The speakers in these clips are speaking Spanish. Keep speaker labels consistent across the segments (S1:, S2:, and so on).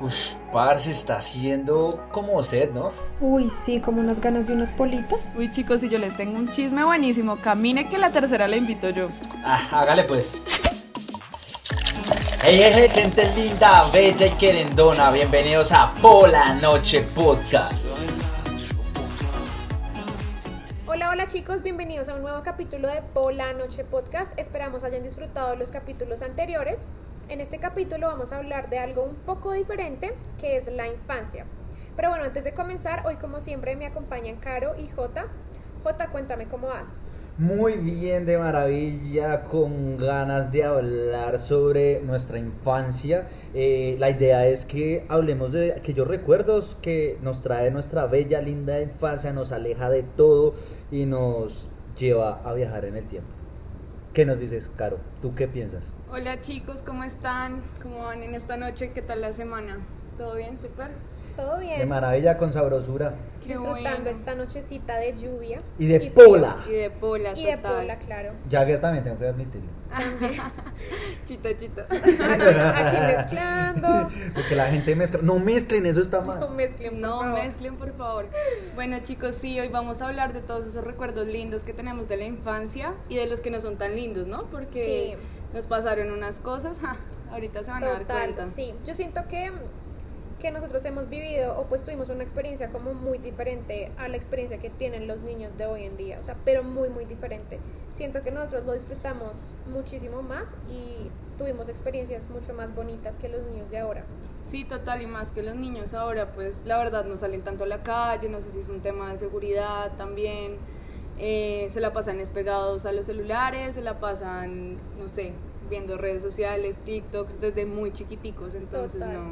S1: Ush, parce, está haciendo como sed, ¿no?
S2: Uy, sí, como unas ganas de unas politas.
S3: Uy, chicos, si yo les tengo un chisme buenísimo, camine que la tercera la invito yo.
S1: Ah, hágale pues. Hey, hey, hey, gente linda, bella y querendona, bienvenidos a Pola Noche Podcast.
S4: Hola, hola chicos, bienvenidos a un nuevo capítulo de Pola Noche Podcast. Esperamos hayan disfrutado los capítulos anteriores. En este capítulo vamos a hablar de algo un poco diferente, que es la infancia. Pero bueno, antes de comenzar, hoy como siempre me acompañan Caro y Jota. Jota, cuéntame cómo vas.
S5: Muy bien, de maravilla, con ganas de hablar sobre nuestra infancia. Eh, la idea es que hablemos de aquellos recuerdos que nos trae nuestra bella, linda infancia, nos aleja de todo y nos lleva a viajar en el tiempo. ¿Qué nos dices, Caro? ¿Tú qué piensas?
S3: Hola, chicos, ¿cómo están? ¿Cómo van en esta noche? ¿Qué tal la semana? ¿Todo bien? ¿Súper?
S4: ¿Todo bien?
S5: De maravilla, con sabrosura
S3: Qué
S4: Disfrutando
S3: bueno.
S4: esta nochecita de lluvia.
S5: y de
S4: frío.
S5: pola.
S3: este- Y de pola,
S4: Y de
S3: total.
S4: pola, claro.
S5: Jagger también, tengo que admitirlo.
S3: Chito, chito.
S4: Aquí, aquí mezclando.
S5: Porque la gente mezcla. No mezclen, eso está mal.
S4: No mezclen, por
S3: No,
S4: favor.
S3: mezclen, por favor. Bueno, chicos, sí, hoy vamos a hablar de todos esos recuerdos lindos que tenemos de la infancia y de los que no son tan lindos, ¿no? Porque nos pasaron unas cosas, ja, ahorita se van a dar
S4: Total,
S3: Ah, cuenta.
S4: sí. Yo siento que, que nosotros hemos vivido o pues tuvimos una experiencia como muy diferente a la experiencia que tienen los niños de hoy en día, o sea, pero muy, muy diferente. Siento que nosotros lo disfrutamos muchísimo más y tuvimos experiencias mucho más bonitas que los niños de ahora.
S3: Sí, total, y más que los niños ahora, pues la verdad no salen tanto a la calle, no sé si es un tema de seguridad también, eh, se la pasan despegados a los celulares, se la pasan, no sé, viendo redes sociales, TikToks, desde muy chiquiticos, entonces
S4: Total.
S3: no,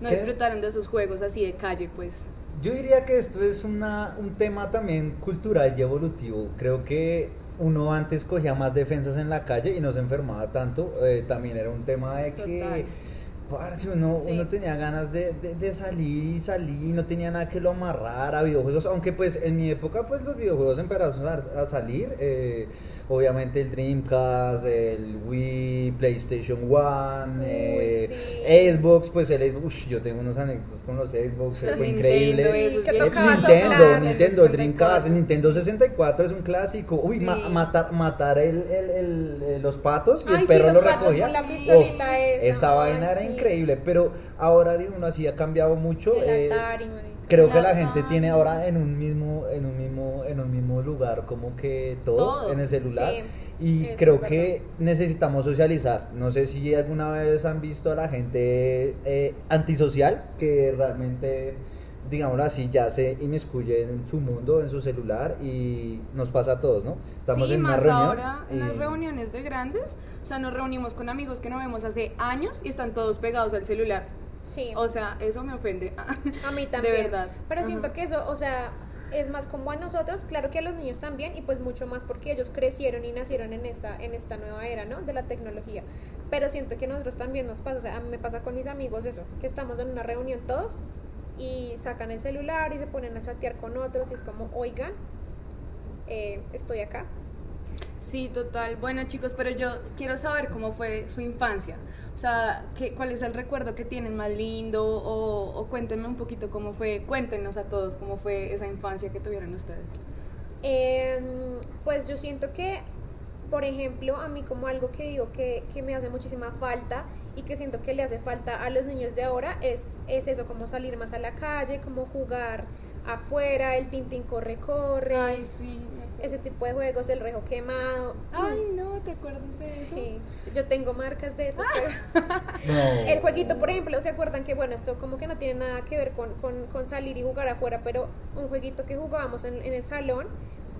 S3: no
S5: ¿Qué?
S3: disfrutaron de esos juegos así de calle, pues.
S5: Yo diría que esto es una- un tema también cultural y evolutivo. Creo que uno antes cogía más defensas en la calle y no se enfermaba tanto. Eh, también era un tema de
S3: Total.
S5: que, parce, uno,
S4: Sí.
S5: uno tenía ganas de, de- de salir y salir, no tenía nada que lo amarrara, videojuegos. Aunque pues en mi época pues los videojuegos empezaron a, a salir. eh, obviamente el Dreamcast, el Wii, PlayStation One,
S4: Uy,
S5: eh,
S4: sí.
S5: Xbox, pues el Xbox, ush, yo tengo unos anécdotas con los Xbox, eh, fue
S3: Nintendo,
S5: increíble. Eh,
S3: esos
S4: Sí, que
S3: bien
S4: tocaba
S3: lindos.
S4: soplar,
S5: Nintendo,
S4: el
S5: Nintendo, el
S3: 64.
S5: Dreamcast, el Nintendo 64 es un clásico. Uy,
S3: Sí.
S5: ma- matar, matar el, el- el- eh, los patos y
S4: Ay,
S5: el
S4: sí,
S5: perro
S4: los
S5: lo
S4: patos
S5: recogía.
S4: con la
S5: Uf,
S4: pistolita esa.
S5: vaina
S4: Ay,
S5: era
S4: sí.
S5: increíble, pero ahora uno así ha cambiado mucho. eh,
S4: El Atari, marica.
S5: Creo
S3: El
S5: que la
S3: Atari.
S5: gente tiene ahora en un mismo, en un mismo, en un mismo lugar como que todo,
S3: Todo,
S5: en el celular.
S4: sí,
S5: y
S4: eso
S5: creo
S4: es
S5: que necesitamos socializar. No sé si alguna vez han visto a la gente eh, antisocial que realmente, digámoslo así, ya se inmiscuye en su mundo, en su celular y nos pasa a todos, ¿no? Estamos
S3: sí,
S5: en
S3: más
S5: una reunión. eh.
S3: ahora en las
S5: y-
S3: reuniones de grandes, o sea, nos reunimos con amigos que no vemos hace años y están todos pegados al celular.
S4: Sí.
S3: O sea, eso me ofende. Ah,
S4: A mí también.
S3: De verdad.
S4: Pero
S3: Ajá.
S4: siento que eso, o sea, es más como a nosotros, claro que a los niños también, y pues mucho más porque ellos crecieron y nacieron en esa, en esta nueva era, ¿no? De la tecnología. Pero siento que a nosotros también nos pasa, o sea, a mí me pasa con mis amigos eso, que estamos en una reunión todos y sacan el celular y se ponen a chatear con otros y es como, oigan, eh, estoy acá.
S3: Sí, total. Bueno, chicos, pero yo quiero saber cómo fue su infancia. O sea, ¿qué, ¿cuál es el recuerdo que tienen más lindo? O, o cuéntenme un poquito cómo fue, cuéntenos a todos cómo fue esa infancia que tuvieron ustedes.
S4: Em, pues yo siento que, por ejemplo, a mí como algo que digo que, que me hace muchísima falta y que siento que le hace falta a los niños de ahora es, es eso, como salir más a la calle, como jugar afuera, el tintín corre-corre,
S3: Ay, sí.
S4: ese tipo de juegos, el rejo quemado.
S3: Ay, no, ¿te acuerdas de eso?
S4: Sí, sí, yo tengo marcas de esos juegos.
S5: No.
S4: El jueguito, por ejemplo, ¿se acuerdan que, bueno, esto como que no tiene nada que ver con, con- con salir y jugar afuera, pero un jueguito que jugábamos en, en el salón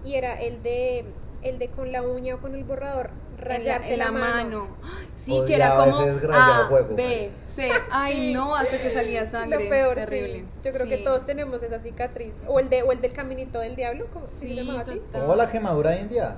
S4: y era el de, el de con la uña o con el borrador rayarse
S3: en la, en la mano. Ay, Sí, que era
S5: Odiaba
S3: como
S5: ese desgraciado
S3: A,
S5: juego.
S3: B, C. Ay,
S4: Sí.
S3: no, hasta que salía sangre.
S4: Lo peor,
S3: terrible.
S4: sí. Yo creo que
S3: Sí.
S4: todos tenemos esa cicatriz. O el de o el del caminito del diablo, como
S3: Sí,
S4: ¿sí se llamaba así.
S3: total.
S5: Tengo la quemadura india.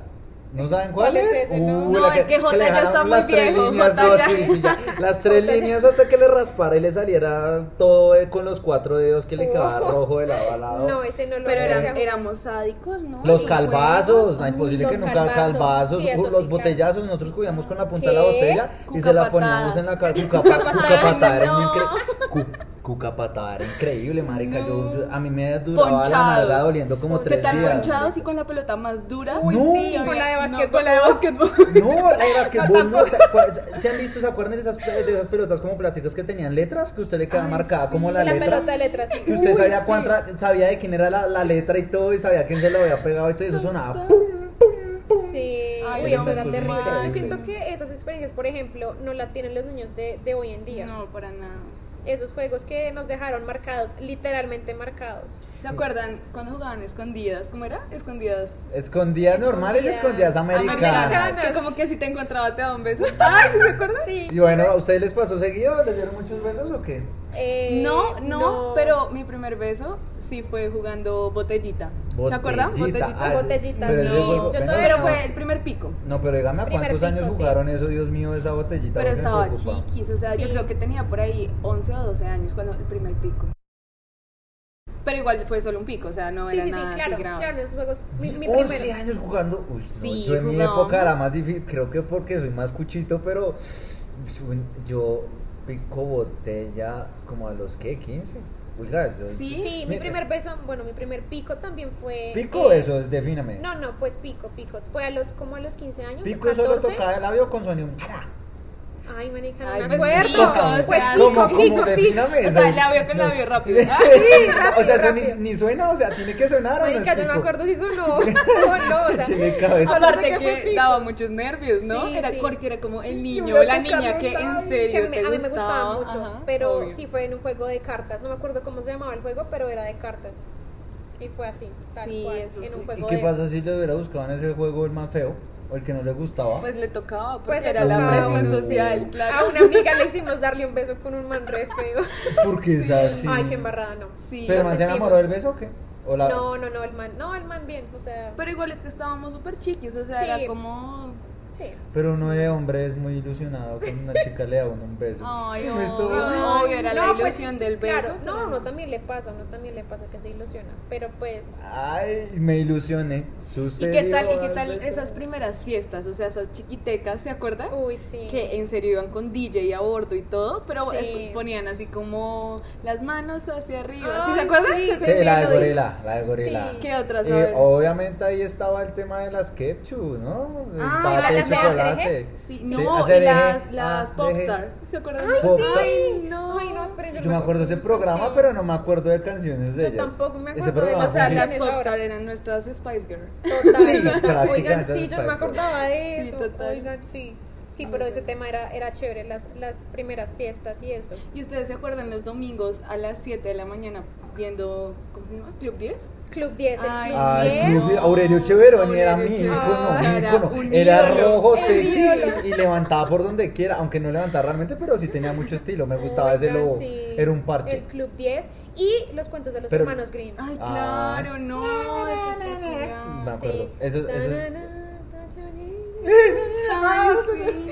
S5: ¿No saben cuál,
S4: ¿Cuál
S5: es?
S4: es ese, no?
S5: Uy,
S3: No,
S5: la
S3: es que
S5: le
S3: Jota ya
S5: dejaron
S3: está muy
S5: las tres
S3: viejo,
S5: líneas,
S3: Jota
S5: dos,
S3: ya.
S5: sí, sí, ya. Las tres líneas hasta que le raspara y le saliera todo eh, con los cuatro dedos que le quedaba
S4: Oh.
S5: rojo de lado a lado.
S4: No, ese no lo
S3: Pero
S4: era
S3: eran- éramos sádicos, ¿no?
S5: Los
S3: Y
S5: calvazos,
S3: buenos.
S5: no es posible
S4: Los
S5: que nunca
S4: calvazos,
S5: calvazos,
S4: sí, eso
S5: uh,
S4: sí,
S5: los
S4: claro.
S5: botellazos, nosotros cogíamos con la punta de la
S4: ¿Qué?
S5: botella y
S3: Cuca
S5: se la
S3: patada.
S5: poníamos en la cara. Cuca, pa-
S4: patada,
S5: cuca patada era
S3: no.
S5: incre- cu- cuca patada era increíble, marica.
S3: No.
S5: Yo, a mí me duraba la nalga
S3: Ponchados.
S5: doliendo como
S4: ¿Qué
S5: tres
S3: ¿Qué tal
S5: días.
S3: ponchados y con la pelota más dura?
S4: Uy,
S5: No.
S4: sí, con la de
S3: No,
S4: básquetbol.
S3: con la de básquetbol.
S5: No, la de basquetbol no. ¿Se, acuer- se han visto, se acuerdan de esas, pe- de esas pelotas como plásticas que tenían letras? Que usted le quedaba marcada como la,
S4: la
S5: letra.
S4: pelota de letras.
S5: Que usted
S4: Uy,
S5: sabía,
S4: sí.
S5: cuánta- sabía de quién era la, la letra y todo, y sabía quién se la había pegado y todo, y eso sonaba pum, pum, pum.
S4: Sí,
S3: Ay,
S4: uy,
S5: no,
S4: eso era
S5: pues,
S4: terrible.
S5: madre.
S4: Yo siento que esas experiencias, por ejemplo, no la tienen los niños de, de hoy en día.
S3: No, para nada.
S4: Esos juegos que nos dejaron marcados, literalmente marcados.
S3: ¿Se acuerdan cuando jugaban escondidas? ¿Cómo era? Escondidas.
S5: Escondidas, normales, escondidas
S4: Escondidas
S5: americanas.
S4: americanas.
S3: Que como que si te encontraba te daba un beso. Ay, ¿sí se acuerdan? Sí.
S5: Y bueno, ¿a ustedes les pasó seguido? ¿Les dieron muchos besos o qué?
S4: Eh,
S3: No, no, pero mi primer beso sí fue jugando botellita. ¿Se acuerdan?
S5: Botellita.
S3: Botellita.
S5: Ah,
S4: Botellita,
S5: pero
S4: sí.
S5: ese juego-
S4: Yo
S5: venga,
S4: todavía
S3: Pero
S5: no.
S3: fue el primer pico.
S5: No, pero dígame, ¿a
S4: Primer
S5: ¿cuántos años
S4: pico, sí.
S5: jugaron eso, Dios mío, esa botellita?
S3: Pero
S5: Porque me
S3: estaba
S5: preocupa.
S3: chiquis, o sea, yo
S4: Sí.
S3: creo que tenía por ahí 11 o 12 años cuando el primer pico. Pero igual fue solo un pico, o sea, no
S4: sí,
S3: era
S4: sí, sí,
S3: nada así
S4: claro,
S3: grave.
S4: claro, esos juegos. Mi, mi
S5: 11
S4: primero.
S5: años jugando. Uy, no,
S3: Sí,
S5: yo en mi
S3: jugábamos.
S5: época era más difícil, creo que porque soy más cuchito, pero yo pico botella como a los que 15. Oiga, yo
S3: Sí.
S4: Sí, mi
S5: Mira,
S4: primer
S5: es-
S4: beso, bueno, mi primer pico también fue.
S5: pico
S4: eh,
S5: eso es defíname.
S4: No, no, pues pico, pico. Fue a los como a los 15 años.
S5: pico
S4: 14.
S5: solo tocaba el labio con sonido.
S4: Ay, maneja,
S3: Ay,
S4: no me
S3: pues,
S4: acuerdo.
S3: pico, o
S4: pues
S3: sea,
S4: pico,
S5: ¿Cómo, cómo?
S4: pico, pico.
S5: Defíname
S3: O
S5: eso.
S3: sea, la veo con la veo rápido. Ah,
S5: o sea, eso ni, ni suena, o sea, tiene que sonar. o no es
S4: Marica, yo no me
S5: pico?
S4: acuerdo si eso no. No, no, o sea.
S5: Chile cabeza.
S4: Solo sé
S3: Aparte
S4: que fue
S3: que
S4: pico.
S3: daba muchos nervios, ¿no?
S4: Sí,
S3: era
S4: sí.
S3: porque era como el niño
S5: uno
S3: o la
S5: tocando
S3: niña que
S5: el labio.
S3: en
S4: Que a
S3: serio
S4: mí,
S3: te
S4: a mí me
S3: gustaba.
S4: gustaba mucho,
S3: Ajá,
S4: pero
S3: obvio.
S4: sí fue en un juego de cartas. No me acuerdo cómo se llamaba el juego, pero era de cartas. Y fue así, tal
S3: Sí,
S4: cual,
S3: eso
S4: en
S3: sí.
S4: un
S5: ¿Y
S4: juego
S5: qué
S4: de
S5: pasa si le hubiera buscado en ese juego el más feo? O el que no le gustaba.
S3: Pues le tocaba, porque
S4: Pues le
S3: era la
S4: tocaba. Ah.
S3: presión
S5: No.
S3: social,
S4: A
S3: claro.
S4: una amiga le hicimos darle un beso con un man re feo.
S5: porque es así.
S4: Ay, qué embarrada, no.
S3: Sí,
S5: ¿Pero
S3: lo
S5: más se
S3: sentimos.
S5: enamoró del beso o qué? ¿O la-
S4: No, no, no, el man, no, el man bien, o sea,
S3: Pero igual es que estábamos súper chiquis, o sea,
S4: Sí.
S3: era como...
S4: sí.
S5: Pero uno de hombre es muy ilusionado cuando una chica le da a uno un beso.
S3: Ay,
S5: No estuvo-
S3: obvio, obvio, era la
S4: No, pues,
S3: ilusión del beso.
S4: Claro,
S3: pero
S4: no, uno también le pasa, uno también le pasa que se ilusiona, pero pues
S5: Ay, me ilusioné.
S3: ¿Y
S5: Sucedió.
S3: qué tal, y qué
S5: al
S3: tal
S5: beso.
S3: esas primeras fiestas? O sea, esas chiquitecas, ¿se acuerdan?
S4: uy, sí.
S3: Que en serio iban con DJ a bordo y todo, pero
S4: Sí.
S3: es- ponían así como las manos hacia arriba.
S4: Ay,
S3: ¿Sí se acuerdan?
S4: sí,
S5: Sí, la de
S4: Melody.
S5: gorila, la de gorila.
S4: Sí.
S3: ¿Qué otras? A
S5: Eh,
S3: ver.
S5: obviamente ahí estaba el tema de las ketchup, ¿no? El
S3: Ah,
S5: bate de
S3: las de
S5: chocolate.
S3: Sí,
S5: Sí,
S3: no, y
S5: hacer eje.
S3: las, las
S5: Ah,
S3: popstar.
S5: eje.
S3: ¿Se acuerdan?
S4: Ay,
S5: Pop-
S4: sí.
S3: Ay, no.
S4: Ay, no, esperen, yo,
S5: Yo me acuerdo de ese programa, pero no me acuerdo de canciones de
S4: Yo
S5: ellas.
S4: tampoco me
S5: Ese
S4: acuerdo de
S5: programa
S3: O
S4: las
S5: fue
S3: sea,
S5: un
S3: las
S4: Sí, ahora.
S3: popstar eran nuestras Spice Girl.
S4: Total,
S5: Sí,
S4: total. Oigan,
S5: prácticamente
S4: sí, yo no me
S5: Spice Girls.
S4: acordaba de
S3: Sí,
S4: eso.
S3: total.
S4: Oigan, sí. Sí, pero ese tema era, era chévere, las, las primeras fiestas y eso.
S3: ¿Y ustedes se acuerdan los domingos a las 7 de la mañana viendo, ¿cómo se llama? ¿Club 10?
S4: Club 10, el
S3: Ay,
S4: Club
S5: Ay,
S4: 10.
S5: Cruz de- Aurelio Cheveroni
S3: Aurelio
S5: era mi
S3: Cheveroni.
S5: ícono,
S3: Ah,
S5: mi
S3: era
S5: ícono.
S3: un
S5: Era
S3: ídolo.
S5: rojo,
S4: Era
S5: sexy
S4: un ídolo.
S5: y levantaba por donde quiera, aunque no levantaba realmente, pero sí tenía mucho estilo. Me gustaba ese
S4: Oigan,
S5: lobo,
S4: sí.
S5: era un parche.
S4: El Club 10 y los cuentos de los
S5: Pero-
S4: hermanos Grimm.
S3: Ay,
S5: Ah.
S3: claro, no. espectacular.
S5: Me acuerdo. Eso, eso es- ¡Eh!
S3: Ay, sí.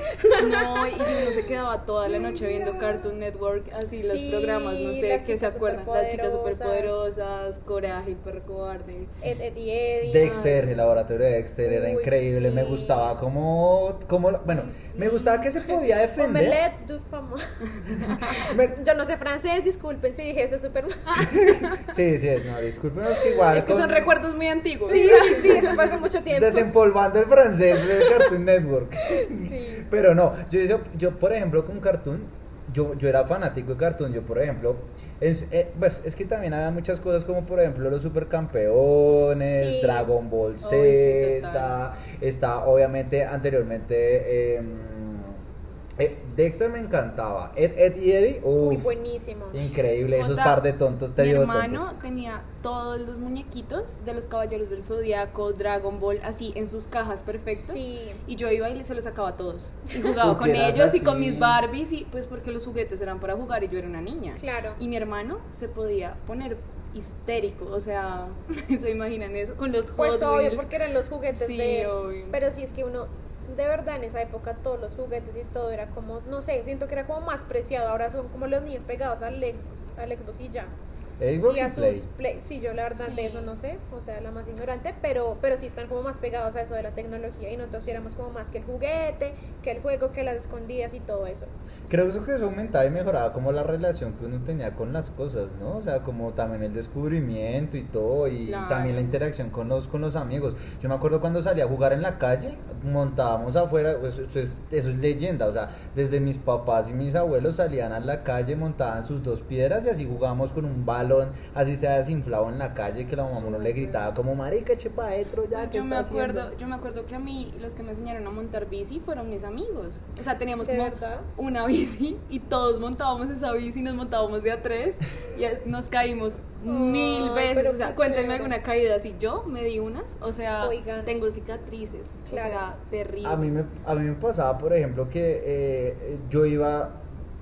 S3: No, y uno se quedaba toda la noche viendo Cartoon Network, así los
S4: Sí,
S3: programas, no sé,
S4: las
S3: que se
S4: chicas
S3: acuerdan. Las chicas
S4: superpoderosas.
S3: superpoderosas, Coraje, el Perro Cobarde.
S4: Ed, Ed y Eddie.
S5: Dexter, el laboratorio de Dexter era
S4: Uy,
S5: increíble, me
S4: sí.
S5: gustaba como, como, bueno, me gustaba que se podía defender.
S4: Omelette du Fama.
S5: Me-
S4: Yo no sé francés, disculpen si dije eso súper mal.
S5: sí, sí, no, discúlpenos que igual.
S3: Es que
S5: con-
S3: son recuerdos muy antiguos.
S4: Sí, sí, sí, eso fue hace mucho tiempo.
S5: Desempolvando el francés de Cartoon Network.
S4: Sí.
S5: Pero no, yo, hice- yo por ejemplo con Cartoon, yo, yo era fanático de Cartoon, yo por ejemplo, es, eh, pues, es que también había muchas cosas como por ejemplo los supercampeones,
S4: Sí.
S5: Dragon Ball
S3: Ay,
S5: Z,
S3: sí, total.
S5: está obviamente anteriormente... em, Eh, Dexter me encantaba. Ed, Ed y Eddie. uf,
S4: Uy, buenísimo.
S5: Increíble, esos
S3: Jota,
S5: par de tontos te
S3: Mi
S5: dio
S3: hermano
S5: tontos.
S3: tenía todos los muñequitos de los Caballeros del Zodiaco, Dragon Ball, así en sus cajas perfectas.
S4: Sí.
S3: Y yo iba y se los sacaba a todos. Y jugaba con
S5: Porque eras
S3: ellos y con
S5: así.
S3: mis Barbies, y pues porque los juguetes eran para jugar y yo era una niña.
S4: Claro.
S3: Y mi hermano se podía poner histérico, o sea, ¿se imaginan eso? Con los
S4: Pues
S3: Hot
S4: obvio,
S3: Wheels.
S4: porque eran los juguetes
S3: Sí,
S4: de él.
S3: obvio.
S4: Pero sí es que uno, de verdad, en esa época todos los juguetes y todo era como, no sé, siento que era como más preciado. Ahora son como los niños pegados al Xbox, al Xbox y ya.
S5: Xbox
S4: y a
S5: y
S4: sus
S5: Play.
S4: Play. Sí, yo la verdad de eso no sé, o sea, la más ignorante, pero, pero sí están como más pegados a eso de la tecnología y nosotros sí éramos como más que el juguete, que el juego, que las escondidas y todo eso.
S5: Creo que eso, que eso aumentaba y mejoraba como la relación que uno tenía con las cosas, ¿no? O sea, como también el descubrimiento y todo, y
S3: Claro.
S5: también la interacción con los, con los amigos. Yo me acuerdo cuando salía a jugar en la calle, montábamos afuera, pues, eso es, eso es leyenda, o sea, desde mis papás y mis abuelos salían a la calle, montaban sus dos piedras y así jugábamos con un balón, así se desinflado en la calle, que la mamá uno le gritaba como, marica, chepa adentro, ya,
S3: Pues
S5: ¿qué
S3: yo me
S5: está haciendo?".
S3: acuerdo, yo me acuerdo que a mí los que me enseñaron a montar bici fueron mis amigos. O sea, teníamos
S4: ¿De
S3: como
S4: verdad?
S3: una bici y todos montábamos esa bici, nos montábamos de a tres y a- nos caímos mil veces.
S4: pero
S3: O sea,
S4: qué
S3: cuéntenme
S4: chévere.
S3: alguna caída. Si yo me di unas, o sea,
S4: Oigan.
S3: tengo cicatrices.
S4: Claro.
S3: O sea, terrible.
S5: A mí, me, a mí me pasaba, por ejemplo, que eh, yo iba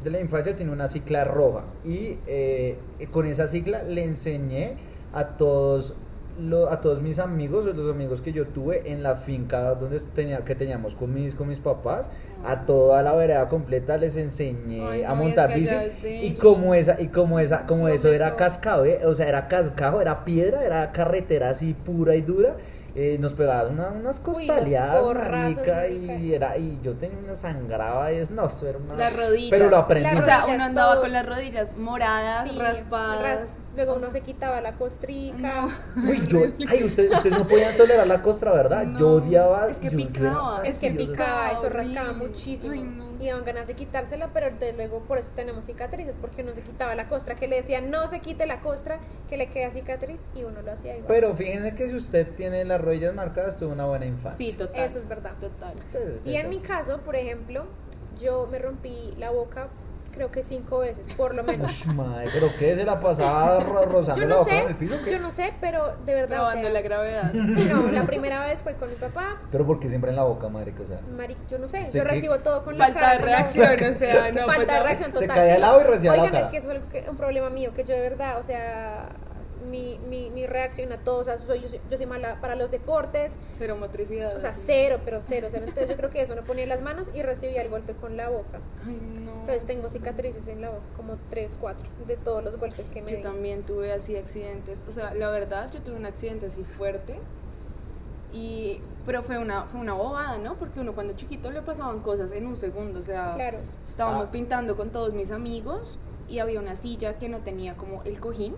S5: de la infancia, tenía una cicla roja y eh, con esa cicla le enseñé a todos lo- a todos mis amigos, los amigos que yo tuve en la finca donde tenía, que teníamos con mis, con mis papás, a toda la vereda completa les enseñé
S3: Ay,
S5: a
S3: no, y es
S5: montar
S3: que
S5: bici
S3: allá es de
S5: y
S3: niños.
S5: como esa y como esa como
S4: Lo
S5: eso era
S4: mejor.
S5: cascabe, o sea, era cascajo, era piedra, era carretera así pura y dura. eh, nos pegaban una- unas
S4: los
S5: costaleadas,
S4: porrazos,
S5: marica,
S4: marica.
S5: y era y yo tenía una sangraba y es no, eso era una-
S3: Las rodillas.
S5: Pero lo aprendí.
S4: Las
S3: O sea,
S4: rodillas,
S3: uno andaba
S4: todos.
S3: con las rodillas moradas,
S4: Sí,
S3: raspadas.
S4: ras- luego uno se quitaba la costrica.
S3: No.
S5: Uy, yo, ay, ustedes, ustedes no podían tolerar la costra, ¿verdad?
S3: No,
S5: yo odiaba.
S3: es que
S5: yo- yo era
S3: picaba,
S4: Es que
S5: fastidioso.
S4: picaba, eso
S3: horrible.
S4: rascaba muchísimo.
S3: Ay, no.
S4: Y daban ganas de quitársela, pero de luego por eso tenemos cicatrices, porque uno se quitaba la costra, que le decían no se quite la costra, que le queda cicatriz, y uno lo hacía igual.
S5: Pero fíjense que si usted tiene las rodillas marcadas, tuvo una buena infancia.
S3: Sí, total.
S4: Eso es verdad.
S3: Total.
S5: Entonces,
S4: Y en
S5: esas-
S4: mi caso, por ejemplo, yo me rompí la boca creo que cinco veces, por lo menos.
S5: Ush, madre, pero qué se la pasaba ro- rozando
S4: yo
S5: la
S4: no
S5: boca
S4: sé,
S5: con el piso. ¿o qué?
S4: yo no sé, pero de verdad. o sea,
S3: Grabando la gravedad.
S4: sí, no, la primera vez fue con mi papá,
S5: Pero porque siempre en la boca, madre, o sea.
S4: Mari, yo no sé,
S5: ¿Usted
S4: yo
S5: qué?
S4: recibo todo con la
S3: Falta
S4: cara.
S3: de
S4: con la boca.
S3: reacción, o sea, no.
S4: falta
S3: pues,
S4: de
S3: no.
S4: reacción
S5: Se
S4: total.
S5: caía
S4: sí.
S5: al lado y recibía la
S4: Oigan,
S5: cara.
S4: es que eso es algo que- un problema mío, que yo de verdad, o sea, mi, mi, mi reacción a todos, o sea, soy- yo, soy, yo soy mala para los deportes,
S3: Cero motricidad.
S4: o sea,
S3: sí.
S4: cero, pero cero, cero. Entonces yo creo que eso, no ponía las manos y recibía el golpe con la boca.
S3: Ay, no.
S4: Entonces tengo cicatrices en la boca, como tres, cuatro, de todos los golpes que me
S3: Yo
S4: di.
S3: también tuve así accidentes. O sea, la verdad, yo tuve un accidente así fuerte. Y, pero fue una, fue una bobada, ¿no? Porque uno cuando chiquito le pasaban cosas en un segundo. O sea,
S4: Claro.
S3: estábamos
S5: Ah.
S3: pintando con todos mis amigos y había una silla que no tenía como el cojín.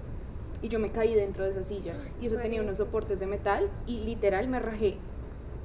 S3: Y yo me caí dentro de esa silla. Y eso tenía
S4: Marica.
S3: unos soportes de metal. Y literal me rajé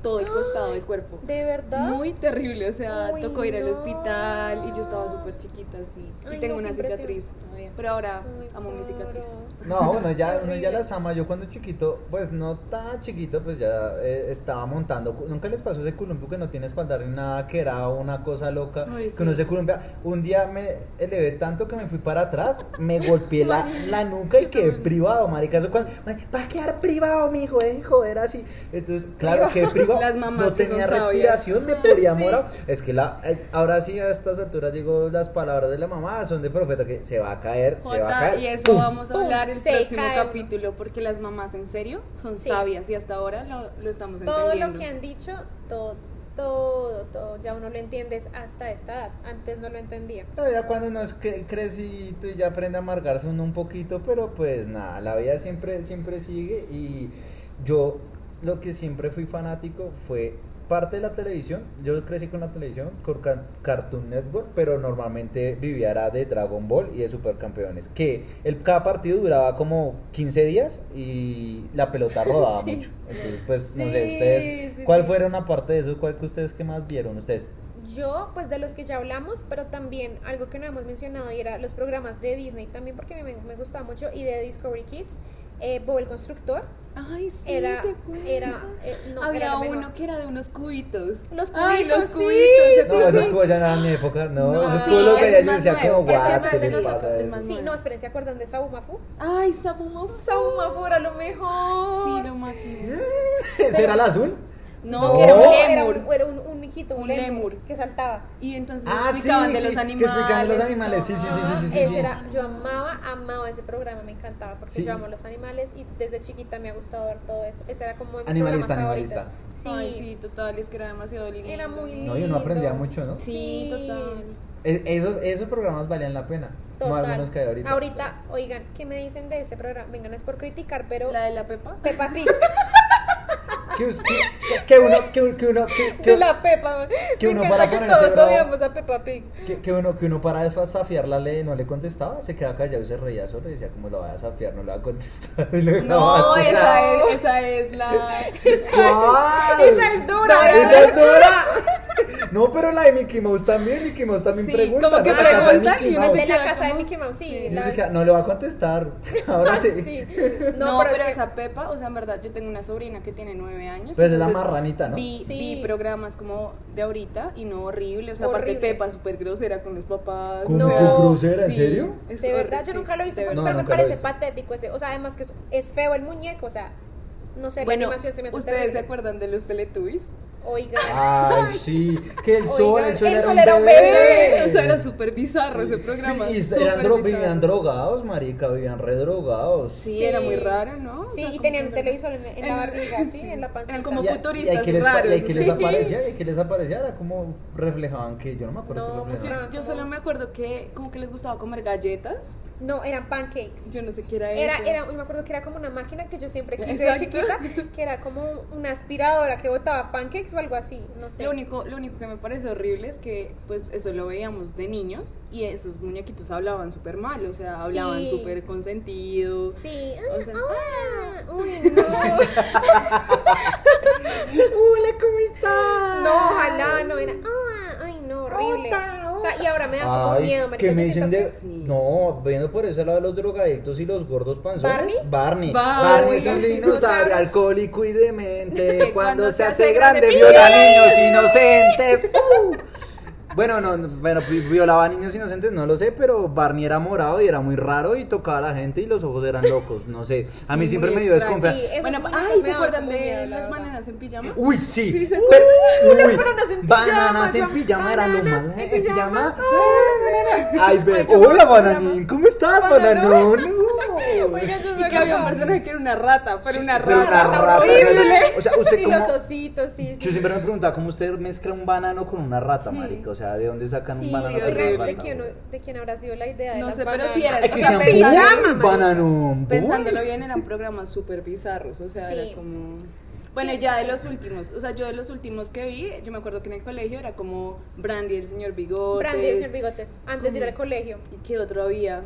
S3: todo el costado del cuerpo.
S4: ¿De verdad?
S3: Muy terrible, o sea,
S4: Uy,
S3: tocó ir al
S4: no.
S3: hospital y yo estaba súper chiquita así.
S4: Ay,
S3: y tengo
S4: no, qué
S3: una
S4: impresión.
S3: cicatriz. todavía, Pero ahora
S4: Ay,
S3: amo mi cicatriz.
S4: claro.
S5: No, bueno, ya, uno ya
S4: Horrible.
S5: las ama. Yo cuando chiquito, pues no tan chiquito, pues ya eh, estaba montando. Nunca les pasó ese columpio que no tiene espaldar ni nada, que era una cosa loca.
S3: Ay,
S5: que uno
S3: sí.
S5: se columpia. Un día me elevé tanto que me fui para atrás, me golpeé la, la nuca y quedé privado, marica. Eso cuando, "Ay, va a quedar privado, mi hijo, joder, así. Entonces, claro, quedé privado.
S3: Las mamás
S5: no
S3: que son
S5: tenía
S3: sabias.
S5: respiración, me podía morar. Es que la, eh, ahora sí, a estas alturas, digo, las palabras de la mamá son de profeta, que se va a caer, se va a
S3: Jota,
S5: caer.
S3: y eso
S5: ¡pum!
S3: vamos a
S4: ¡Pum!
S3: hablar en el
S4: Se
S3: próximo
S4: cae.
S3: capítulo, porque las mamás en serio son
S4: Sí.
S3: sabias y hasta ahora lo, lo estamos
S4: Todo
S3: entendiendo.
S4: lo que han dicho, todo, todo, todo, ya uno lo entiende es hasta esta edad. Antes no lo entendía.
S5: No, ya cuando uno es cre- crecidito y ya aprende a amargarse uno un poquito, pero pues nada, la vida siempre, siempre sigue y yo lo que siempre fui fanático fue parte de la televisión, yo crecí con la televisión, con Ca- Cartoon Network, pero normalmente vivía era de Dragon Ball y de Supercampeones, que el, cada partido duraba como 15 días y la pelota rodaba mucho. Entonces, pues, no sé,
S4: Sí,
S5: ustedes,
S4: sí,
S5: ¿cuál
S4: sí.
S5: fueron aparte de eso? ¿Cuál que ustedes que más vieron? Ustedes,
S4: Yo, pues de los que ya hablamos, pero también algo que no hemos mencionado y era los programas de Disney también, porque a mí me, me gustaba mucho, y de Discovery Kids. eh, Bob el Constructor.
S3: Ay, sí,
S4: Era,
S3: ¿te acuerdas?
S4: era, eh, no,
S3: Había
S4: era lo mejor.
S3: uno que era de unos cubitos.
S4: Los
S3: Ay, los
S4: cubitos, sí,
S3: cubitos.
S4: sí,
S3: ¿se
S5: No,
S3: acuerdan?
S5: esos cubos ya no eran mi época, no.
S3: No,
S5: esos
S3: sí,
S5: cubos los
S3: ese
S5: veía
S3: es
S5: y yo
S3: más
S5: decía como,
S3: nuevo, ese es
S5: guau,
S4: más
S5: ¿qué
S4: de
S5: le
S4: nosotros,
S5: pasa a
S3: es
S5: eso?
S3: más-
S4: Sí,
S3: Manuel.
S4: no, esperen, ¿se acuerdan de Saumafu?
S3: Ay, Sabumofu.
S4: Saumafu era lo
S3: Sí,
S4: mejor.
S3: lo máximo.
S5: ¿Ese era el azul?
S3: No,
S5: No.
S3: que era un
S4: Oh. era
S3: lemur.
S4: un, era un, un miquito, un,
S3: Un
S4: lemur,
S3: lemur.
S4: que saltaba.
S3: Y entonces
S5: Ah, sí,
S3: explicaban de
S5: sí,
S3: los
S5: que
S3: animales.
S5: explicaban los animales, sí, sí, sí, sí, sí, sí.
S4: Ese era, yo amaba, amaba ese programa, me encantaba porque
S5: Sí.
S4: yo amo los animales y desde chiquita me ha gustado ver todo eso. Ese era como mi
S5: Animalista,
S4: programa
S5: animalista.
S3: Sí.
S4: Sí,
S3: Ay, sí, total, es que era demasiado lindo.
S4: era muy lindo.
S5: No, y uno aprendía mucho, ¿no?
S3: Sí, total.
S5: Es- E, Esos, esos programas valían la pena. No
S4: Total.
S5: algunos que hay ahorita.
S4: oigan, ¿qué me dicen de ese programa? Venga, no es por criticar, pero
S3: La de la Pepa.
S4: Peppa Pig,
S5: Que, us- que- que uno, que, que uno, que,
S4: de
S5: que,
S4: la Peppa.
S5: que
S4: me
S5: uno
S4: encanta
S5: para
S4: que
S5: ponerse
S4: todos
S5: bravo.
S4: odiamos a Peppa Pig.
S5: que- que uno, que uno para desfa- desafiar la ley no le contestaba, se quedaba callado y se reía solo y decía, como lo va a desafiar, no le va a contestar. Y lo
S3: No,
S5: dejaba así.
S3: esa es, esa es la.
S5: ¡Guau!
S4: Esa es dura, ¿verdad?
S5: ¡Esa es dura! No, pero la de Mickey Mouse también, Mickey Mouse también
S3: Sí,
S5: pregunta.
S3: como que
S5: ¿no? La casa de
S3: preguntan
S5: Mickey
S3: y uno
S5: Mouse.
S3: se
S4: De la
S3: queda
S4: casa de
S3: como-
S4: Mickey Mouse, sí.
S3: sí,
S5: Y uno
S4: las- Ah,
S5: se queda, No le va a contestar. Ahora sí.
S4: Sí.
S3: No, pero,
S4: es que-
S3: esa Pepa, o sea, en verdad, yo tengo una sobrina que tiene nueve años.
S5: Pues es la
S3: entonces
S5: marranita, ¿no?
S3: Vi,
S4: Sí.
S3: vi programas como de ahorita y no horrible. O sea, aparte
S4: Horrible.
S3: Pepa súper grosera con los papás.
S5: ¿Cómo
S4: No,
S5: que es grosera? ¿En
S3: sí,
S5: serio?
S3: es
S4: de verdad,
S3: horrible,
S4: yo
S3: sí,
S4: nunca lo he visto,
S3: de
S4: pero
S5: No,
S4: me
S5: nunca lo he
S4: parece
S5: visto.
S4: patético ese. O sea, además que es, es feo el muñeco, o sea, no sé, la
S3: Bueno,
S4: animación se me hace
S3: ¿ustedes se
S4: terrible.
S3: acuerdan de los Teletubbies?
S4: Oiga,
S5: Ay, sí. Que el sol,
S4: Oigan,
S5: el sol,
S4: el
S5: era,
S4: sol
S5: un
S4: era un
S5: bebé.
S4: bebé.
S3: O sea, era súper bizarro ese programa.
S5: Y
S3: súper
S5: eran dro-
S3: bizarro.
S5: vivían drogados, marica, vivían redrogados.
S3: Sí,
S4: Sí.
S3: era muy raro, ¿no? Ah, O
S4: sí,
S3: sea,
S4: y
S3: como
S4: tenían
S3: que
S4: un
S3: era-
S4: televisor en, en la barriga, sí, en la pancita.
S3: Eran como
S5: Y a-
S3: futuristas
S5: y aquí les, pa-
S3: raros.
S5: y aquí les
S3: sí.
S5: aparecía, y aquí les aparecía, era como reflejaban que yo no me acuerdo
S4: No,
S5: que
S4: mostraban-
S5: reflejaban.
S3: Yo solo me acuerdo que como que les gustaba comer galletas.
S4: No, eran pancakes.
S3: Yo no sé qué era eso.
S4: Era, era, yo me acuerdo que era como una máquina que yo siempre quise de
S3: Exacto.
S4: chiquita, que era como una aspiradora que botaba pancakes o algo así, no sé.
S3: Lo único, lo único que me parece horrible es que pues eso lo veíamos de niños y esos muñequitos hablaban súper mal, o sea, hablaban
S4: Sí.
S3: súper consentidos.
S4: Sí,
S3: O sea,
S4: ah, ah, uy, no.
S5: Hola, ¿cómo estás?
S4: No, ojalá no era. ah, ay, no, horrible.
S5: Ota,
S4: O sea, y ahora me da como
S5: Ay,
S4: miedo, marica.
S5: que me
S4: yo
S5: dicen
S4: siento
S5: de...
S4: que-
S3: Sí.
S5: No, viendo por ese lado de los drogadictos y los gordos panzones.
S4: ¿Barney?
S5: Barney.
S3: Barney.
S5: es un
S3: Sí,
S5: dinosaurio
S4: dinosaurio.
S5: alcohólico y demente. cuando,
S3: Que cuando
S5: se hace grande, viola niños inocentes. ¡Uh! Bueno, no, no, bueno, vi- violaba niños inocentes, no lo sé, pero Barney era morado y era muy raro y tocaba a la gente y los ojos eran locos, no sé. A mí
S3: Sí,
S5: siempre
S3: muy
S5: me dio
S3: extraño.
S5: desconfianza. Eh,
S4: Sí, esos
S3: Bueno,
S4: muñecos
S3: ay,
S4: me
S3: ¿se
S4: daban
S3: acuerdan
S4: como miedo,
S3: de
S4: la
S3: las
S4: verdad.
S3: bananas en pijama?
S5: Uy, sí.
S3: Sí, se
S5: Uy, uy. Bananas en pijama era lo más.
S4: Bananas en
S5: en
S4: pijama.
S5: pijama. Ay, ve.
S4: Ay, yo
S5: Hola,
S4: me acuerdo.
S5: bananín. ¿Cómo estás, bananón? Uh.
S4: Oiga, yo me
S3: Y que había un
S4: acordaba.
S3: personaje que era una rata, pero una
S5: Pero
S3: rata.
S5: una rata,
S4: horrible.
S5: O sea, usted
S4: Y
S5: cómo-
S4: los ositos, sí.
S5: Yo
S4: sí.
S5: siempre me preguntaba cómo usted mezcla un banano con una rata, marica. O sea, ¿de dónde sacan
S4: Sí,
S5: un banano
S3: sí,
S5: con una
S4: horrible.
S3: horrible.
S5: rata?
S4: ¿Quién- ¿De, quién habrá sido la idea? de
S3: No
S4: las
S3: sé, pero
S4: bananas?
S3: sí era-
S5: Ay, que
S3: O sea,
S5: se
S3: pensándolo-
S5: llama bananón.
S3: Pensándolo bien, eran programas súper bizarros, o sea, era
S4: Sí.
S3: como... Bueno,
S4: Sí,
S3: ya de
S4: sí.
S3: los últimos, o sea, yo de los últimos que vi, yo me acuerdo que en el colegio era como Brandy, el señor Bigotes.
S4: Brandy y señor Bigotes, antes de ir al colegio.
S3: ¿Y qué otro había?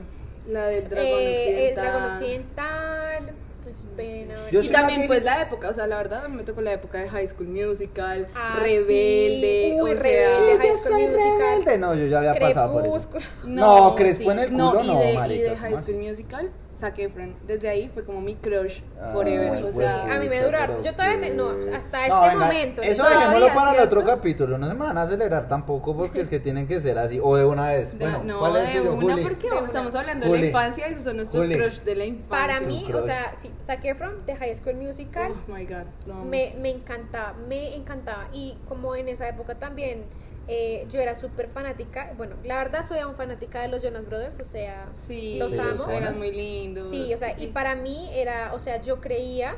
S3: La del dragón
S4: Eh, El
S3: occidental.
S4: dragón occidental. pues, Espera.
S5: Yo
S3: y
S5: soy
S3: también
S5: la
S3: pues la época, o sea, la verdad a mí me tocó la época de High School Musical,
S4: Ah,
S3: Rebelde,
S4: sí. Uy,
S3: o sea,
S4: Rebelde, High
S5: Yo
S4: School
S5: soy
S4: Musical.
S5: rebelde. No, yo ya había pasado por eso.
S4: Crepúsculo.
S5: No, Crespo en el culo,
S3: y
S5: no,
S3: de, y
S5: marica,
S3: de High
S5: ¿cómo
S3: School Musical, Zac Efron. Desde ahí fue como mi crush
S5: Ah,
S3: forever,
S5: bueno,
S3: o sea,
S4: a mí me
S5: pucha,
S4: duraron.
S5: pero
S4: Yo todavía te- no,
S5: qué-
S4: hasta
S5: No,
S4: este
S5: venga,
S4: momento.
S5: Eso
S4: Todavía,
S5: dejémoslo para el otro
S3: ¿cierto?
S5: capítulo. No se me van a acelerar tampoco porque es que tienen que ser así. O de una vez.
S3: de-
S5: Bueno,
S3: no,
S5: ¿cuál es el
S3: de
S5: suyo,
S3: una,
S5: Juli?
S3: porque
S4: De una.
S3: estamos hablando de
S5: Juli.
S3: la infancia y esos son nuestros
S5: Juli.
S3: crush de la infancia.
S4: Para
S5: Su
S4: mí, o
S5: crush.
S4: sea, sí, Zac Efron de High School Musical
S3: Oh my god, lo amo.
S4: me, me encantaba, me encantaba. Y como en esa época también eh, yo era súper fanática, bueno, la verdad soy aún fanática de los Jonas Brothers, o sea,
S3: Sí,
S4: los amo.
S3: eran muy lindos.
S4: Sí, o sea, y para mí era, o sea, yo creía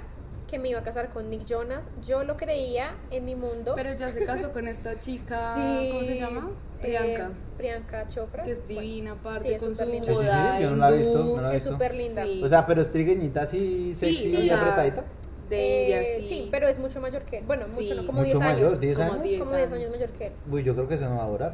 S4: que me iba a casar con Nick Jonas, yo lo creía en mi mundo.
S3: Pero ya se casó con esta chica,
S4: Sí,
S3: ¿cómo se llama?
S4: eh,
S3: Priyanka.
S4: Priyanka Chopra.
S3: que es
S4: Bueno,
S3: divina,
S4: sí,
S3: aparte
S4: es
S3: con su
S4: súper
S3: boda
S4: linda.
S5: Sí, sí, sí, yo no la he visto,
S3: hindú.
S5: no la he
S4: Es
S5: visto.
S4: súper linda.
S3: Sí.
S5: O sea, pero es trigueñita así, sexy
S3: o
S5: y
S3: sea,
S5: apretadita.
S3: De India,
S4: Eh,
S3: sí.
S4: pero es mucho mayor que él. Bueno,
S3: Sí.
S4: mucho, no, como
S5: Mucho
S4: 10 años.
S5: mayor, 10
S3: Como
S5: años.
S3: 10
S4: Como 10
S3: años.
S4: años mayor que él.
S5: Uy, yo creo que eso no va a durar.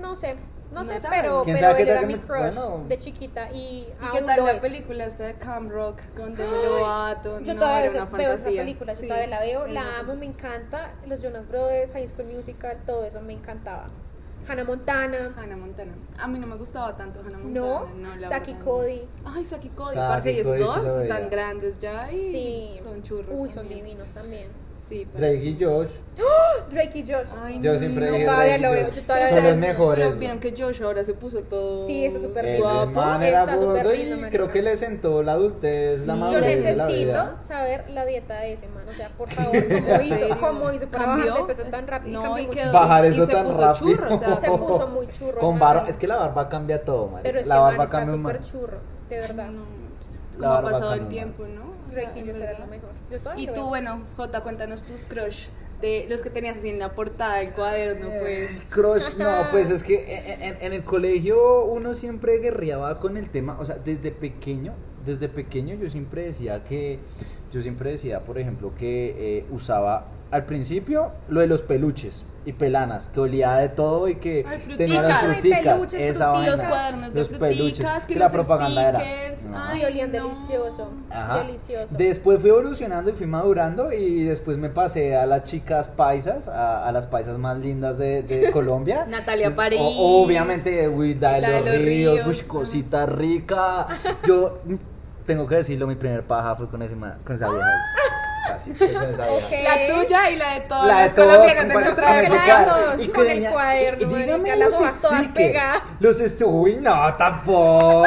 S4: No sé, no,
S3: No
S4: sé,
S3: sabe.
S4: pero,
S5: ¿Quién
S4: pero
S5: sabe qué
S4: él
S5: tal
S4: era
S5: que
S4: mi
S5: me-
S4: crush
S5: bueno.
S4: de chiquita y
S3: ¿Y
S4: aún
S3: qué tal
S4: lo
S3: la
S4: es.
S3: película esta de Cam Rock con Demi Lovato?
S4: Yo
S3: No,
S4: todavía
S3: era una
S4: se- veo esa
S3: fantasía.
S4: película, yo
S3: Sí,
S4: todavía la veo,
S3: era una
S4: la amo,
S3: fantasía.
S4: me encanta. Los Jonas Brothers, High School Musical, todo eso me encantaba. Hannah Montana.
S3: Hannah Montana. A mí no me gustaba tanto Hannah
S4: No,
S3: Montana. No, la
S4: Saki
S3: verdad, no.
S4: Cody.
S3: Ay, Saki Cody.
S5: Saki
S3: parce, y esos
S5: Cody se lo
S3: dos
S5: veía.
S3: están grandes ya y
S4: Sí.
S3: son churros.
S4: Uy, son
S3: también.
S4: divinos también.
S3: Sí, pero-
S5: Drake y Josh.
S4: Drake y Josh.
S3: Ay,
S5: Yo siempre
S3: no.
S5: dije
S4: todavía
S5: Drake y
S4: lo veo,
S5: Josh.
S4: yo todavía
S5: Son
S4: lo
S5: los
S4: veo.
S5: mejores.
S3: Pero Vieron que Josh ahora se puso todo.
S4: Sí, está súper
S5: Ese
S4: guapo,
S5: man era
S4: está súper
S5: gordo y
S4: lindo, marica.
S5: creo que le sentó la adultez, la
S3: Sí, yo
S4: Yo
S5: madurez de la vida.
S4: necesito saber la dieta de ese man. O sea, por favor, ¿cómo hizo? ¿Cómo hizo para bajar de peso tan rápido? Y
S3: No,
S4: cambió
S3: y
S4: mucho.
S3: quedó-
S5: Bajar
S3: y
S5: eso
S3: se
S5: tan
S3: puso
S5: rápido.
S3: churro, o sea,
S4: Se puso muy churro,
S5: Con
S4: man.
S5: barba, es que la barba cambia todo, marica.
S4: Pero es que
S5: la
S4: el man
S5: barba
S4: está
S5: cambia un
S4: súper
S5: man.
S4: churro, de verdad.
S3: No,
S5: La
S3: como ha
S5: barba
S3: pasado el
S5: canosa.
S3: tiempo, ¿no? O sea,
S4: Drake y
S3: en
S4: Josh
S3: verdad.
S4: era lo mejor. Yo todavía
S3: Y
S4: lo
S3: tú,
S4: veo.
S3: bueno, Jota, cuéntanos tus crush de los que tenías así en la portada del cuaderno, pues.
S5: Eh, Crush, no, pues es que en, en- en el colegio uno siempre guerreaba con el tema, o sea, desde pequeño, desde pequeño yo siempre decía que, yo siempre decía, por ejemplo, que eh, usaba al principio lo de los peluches y pelanas, que olía de todo y que
S3: Ay,
S5: tenía las
S3: fruticas. Ay,
S5: fruticas,
S4: peluches,
S5: esa
S4: fruti-
S5: vaina,
S3: los cuadernos de
S5: los
S3: fruticas, que
S5: la
S3: los
S5: propaganda
S3: stickers.
S5: era.
S3: Ay,
S4: Y olían
S3: no.
S4: delicioso.
S5: Ajá.
S4: Delicioso.
S5: Después fui evolucionando y fui madurando y después me pasé a las chicas paisas, a, a las paisas más lindas de, de Colombia.
S3: Natalia
S5: Pues,
S3: París.
S5: o- obviamente, uy, la de
S3: La de
S5: los,
S3: los
S5: ríos,
S3: Ríos,
S5: uy,
S3: ah.
S5: cosita rica. Yo mm, tengo que decirlo, mi primer paja fue con, ese, ma- con esa vieja. Así, fue con esa vieja.
S4: Ok.
S3: La tuya y la de todos
S5: La de
S3: los
S5: todos,
S3: colombianos de
S5: compa-
S3: nuestra
S5: con
S4: época.
S5: ese
S4: La de
S5: cuadro.
S4: todos,
S5: Y
S4: con
S5: que
S4: el
S5: venía-
S4: cuaderno,
S5: y dígame
S4: marica, las
S5: los
S4: hojas todas
S5: stickers.
S4: pegadas.
S5: Los estu- uy, no, tampoco.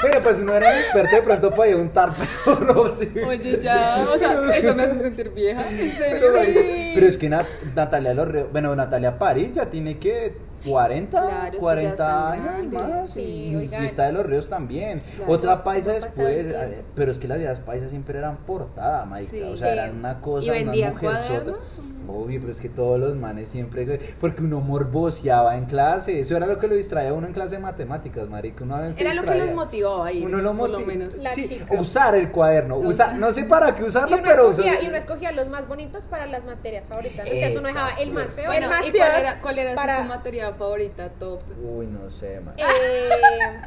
S5: Bueno, pues uno era un experto de pronto para untar, pero no sé.
S3: Oye, ya, o sea, eso me hace sentir vieja. En serio.
S5: Pero, pero es que Nat- Natalia Lorre- bueno, Natalia París ya tiene que 40,
S3: Claro, es que ya
S5: 40
S3: están
S5: años
S3: grandes.
S5: más.
S4: Sí,
S5: y,
S4: oigan.
S5: y está de los ríos también.
S3: Claro,
S5: Otra paisa
S4: no pasaba el
S5: después, a
S4: tiempo.
S5: ver, pero es que las vidas paisas siempre eran portada, marica.
S3: Sí.
S5: o sea,
S4: Sí.
S5: eran una cosa,
S3: ¿Y vendían
S5: una mujerzota.
S3: cuadernos?
S5: Obvio, pero es que todos los manes siempre. Porque uno morboseaba en clase. Eso era lo que lo distraía a uno en clase de matemáticas, marica. Uno a veces se
S3: Era lo que
S5: distraía.
S3: los motivó a ir.
S5: Uno lo
S3: por lo
S5: motiv-
S3: menos.
S4: La
S5: sí,
S4: chica.
S5: usar el cuaderno. usa- no sé para qué
S4: Y
S5: usarlo,
S4: uno,
S5: pero.
S4: escogía,
S5: usar-
S4: y uno escogía los más bonitos para las materias favoritas. ¿no? Entonces uno dejaba el más feo,
S3: Bueno,
S4: el más
S3: ¿y
S4: peor.
S3: cuál era, cuál era así
S4: para-
S3: su materia favorita, top?
S5: Uy, no sé, man.
S4: Eh,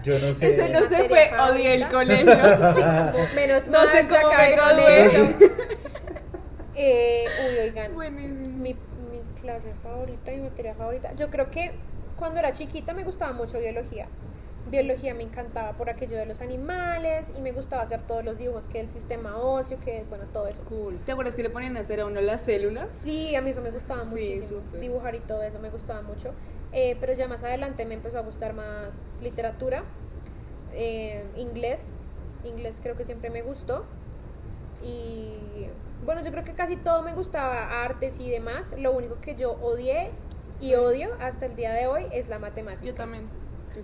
S5: Yo no sé.
S3: Ese no se
S4: materia
S3: fue,
S4: favorita.
S3: odié el colegio.
S4: Eh, sí, como, menos
S3: No
S4: mal,
S3: sé
S4: ya
S3: cómo me
S4: acabé con
S3: gradué.
S4: eso. Eh, uy, oigan,
S3: Buenísimo.
S4: mi, mi clase favorita, mi materia favorita. Yo creo que cuando era chiquita me gustaba mucho biología. Biología me encantaba por aquello de los animales y me gustaba hacer todos los dibujos que el sistema óseo, que bueno, todo eso.
S3: Cool. ¿Te acuerdas que le ponían a hacer a uno las células?
S4: Sí, a mí eso me gustaba
S3: Sí,
S4: muchísimo.
S3: súper.
S4: Dibujar y todo eso me gustaba mucho. Eh, pero ya más adelante me empezó a gustar más literatura, eh, inglés. Inglés creo que siempre me gustó. Y bueno, yo creo que casi todo me gustaba, artes y demás. Lo único que yo odié y odio hasta el día de hoy es la matemática.
S3: Yo también.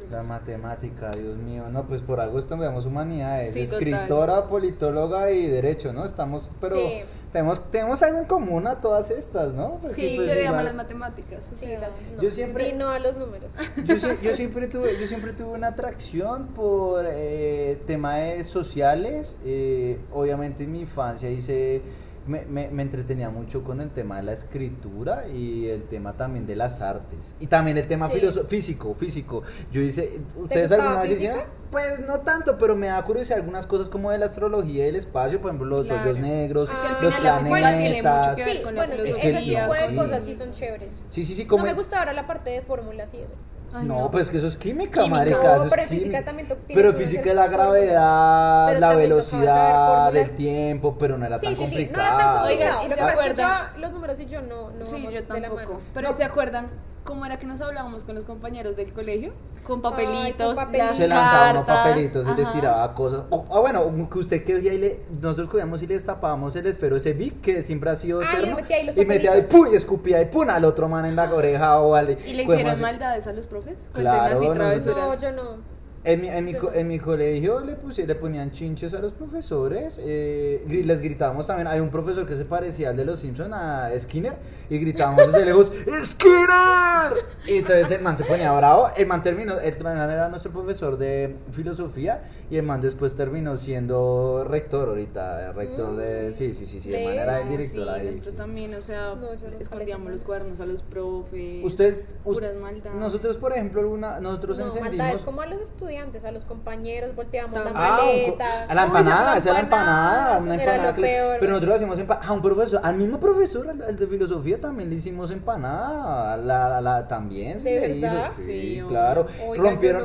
S5: La matemática, Dios mío. No, pues por algo estudiamos humanidades.
S3: Sí, total.
S5: escritora, politóloga y derecho, ¿no? Estamos, pero
S4: Sí.
S5: tenemos, tenemos algo en común a todas estas, ¿no? Porque,
S3: Sí,
S5: pues,
S3: yo le amo
S5: igual-
S3: las matemáticas.
S4: Sí,
S3: Sí.
S4: las- no.
S5: Yo siempre-
S4: Y no a los números.
S5: yo, sie- yo siempre tuve, yo siempre tuve una atracción por eh, temas de sociales. eh, obviamente en mi infancia hice, me, me- me entretenía mucho con el tema de la escritura y el tema también de las artes. Y también el tema
S4: Sí.
S5: filoso- físico, físico. Yo hice, ¿ustedes alguna
S4: gustaba
S5: vez
S4: física?
S5: hicieron? Pues no tanto, pero me da curiosidad algunas cosas como de la astrología y el espacio, por ejemplo, los
S3: Claro.
S5: hoyos negros,
S3: Es que al
S5: los
S3: final la física tiene mucho
S5: planetas.
S3: que ver
S4: Sí,
S3: con la
S4: bueno, sí,
S5: filosofía,
S4: ese tipo de
S5: sí.
S4: cosas sí son chéveres.
S5: Sí, sí, sí,
S4: No
S5: como
S4: me gusta ahora la parte de fórmulas y eso.
S3: Ay,
S5: no, pero es que eso es química,
S4: Química.
S5: marica.
S4: No,
S5: eso es
S4: pero en física
S5: química.
S4: también to- tiene
S5: Pero en
S4: que ver
S5: física
S4: con
S5: la
S4: fórmulas.
S5: gravedad,
S4: Pero
S5: la
S4: también tocaba saber
S5: velocidad,
S4: fórmulas.
S5: el tiempo, pero no era tan
S4: no era tan
S5: complicado.
S4: complicado.
S3: Oigan, ¿y
S4: Lo
S3: se
S4: que pasa es que
S3: acuerdan?
S4: yo, los números y yo no, no
S3: Sí,
S4: vamos
S3: yo
S4: de la mano.
S3: tampoco. Pero ¿se acuerdan cómo era que nos hablábamos con los compañeros del colegio? Con papelitos,
S4: papelitos.
S3: las
S5: se lanzaban unos
S3: cartas.
S5: papelitos y les
S3: Ajá.
S5: tiraba cosas. O- Ah, bueno, que usted que y le, nosotros cogíamos y le destapábamos el esfero ese big que siempre ha sido
S4: Ah, y
S5: eterno.
S4: le metía ahí los
S5: y metía ahí,
S4: papelitos.
S5: ¡pum! y escupía y ¡pum! al otro man en la oreja o al.
S3: ¿Y le
S5: como
S3: hicieron
S5: así.
S3: maldades a los profes?
S5: Pues, Claro,
S3: Cuenten así
S5: no,
S3: travesuras.
S4: No, yo no.
S5: En mi, en mi, co- en mi colegio le, pusi- le ponían chinches a los profesores, eh, gri- les gritábamos también, hay un profesor que se parecía al de los Simpson a Skinner, y gritábamos desde lejos, ¡Skinner! Y entonces el man se ponía bravo, el man terminó, el man era nuestro profesor de filosofía, y el man después terminó siendo rector ahorita, eh, rector de... Sí, sí, sí, sí, el man era el
S3: No,
S5: director
S3: Mm, sí,
S5: ahí,
S3: nosotros
S5: sí.
S3: también, o sea,
S4: No, yo no
S3: escondíamos
S4: parecía
S3: los cuernos a los profes.
S5: Usted, us-
S3: Puras maldades.
S5: nosotros por ejemplo, alguna, nosotros
S4: No,
S5: encendimos...
S4: maldades como a los estudiantes, a los compañeros, volteamos la
S3: Ah,
S5: un co-
S4: maleta.
S5: a la
S4: Uy, esa
S5: empanada, esa es la empanada,
S4: eso
S5: una
S4: era
S5: empanada.
S4: lo
S5: que le-
S4: peor.
S5: Pero nosotros le hacíamos empanada, a un profesor, al mismo profesor, al, al de filosofía también le hicimos empanada, a la, a la- también se
S4: ¿De
S5: le
S4: verdad?
S5: hizo, sí,
S3: Sí, hombre.
S5: claro,
S4: Oiga,
S5: rompieron,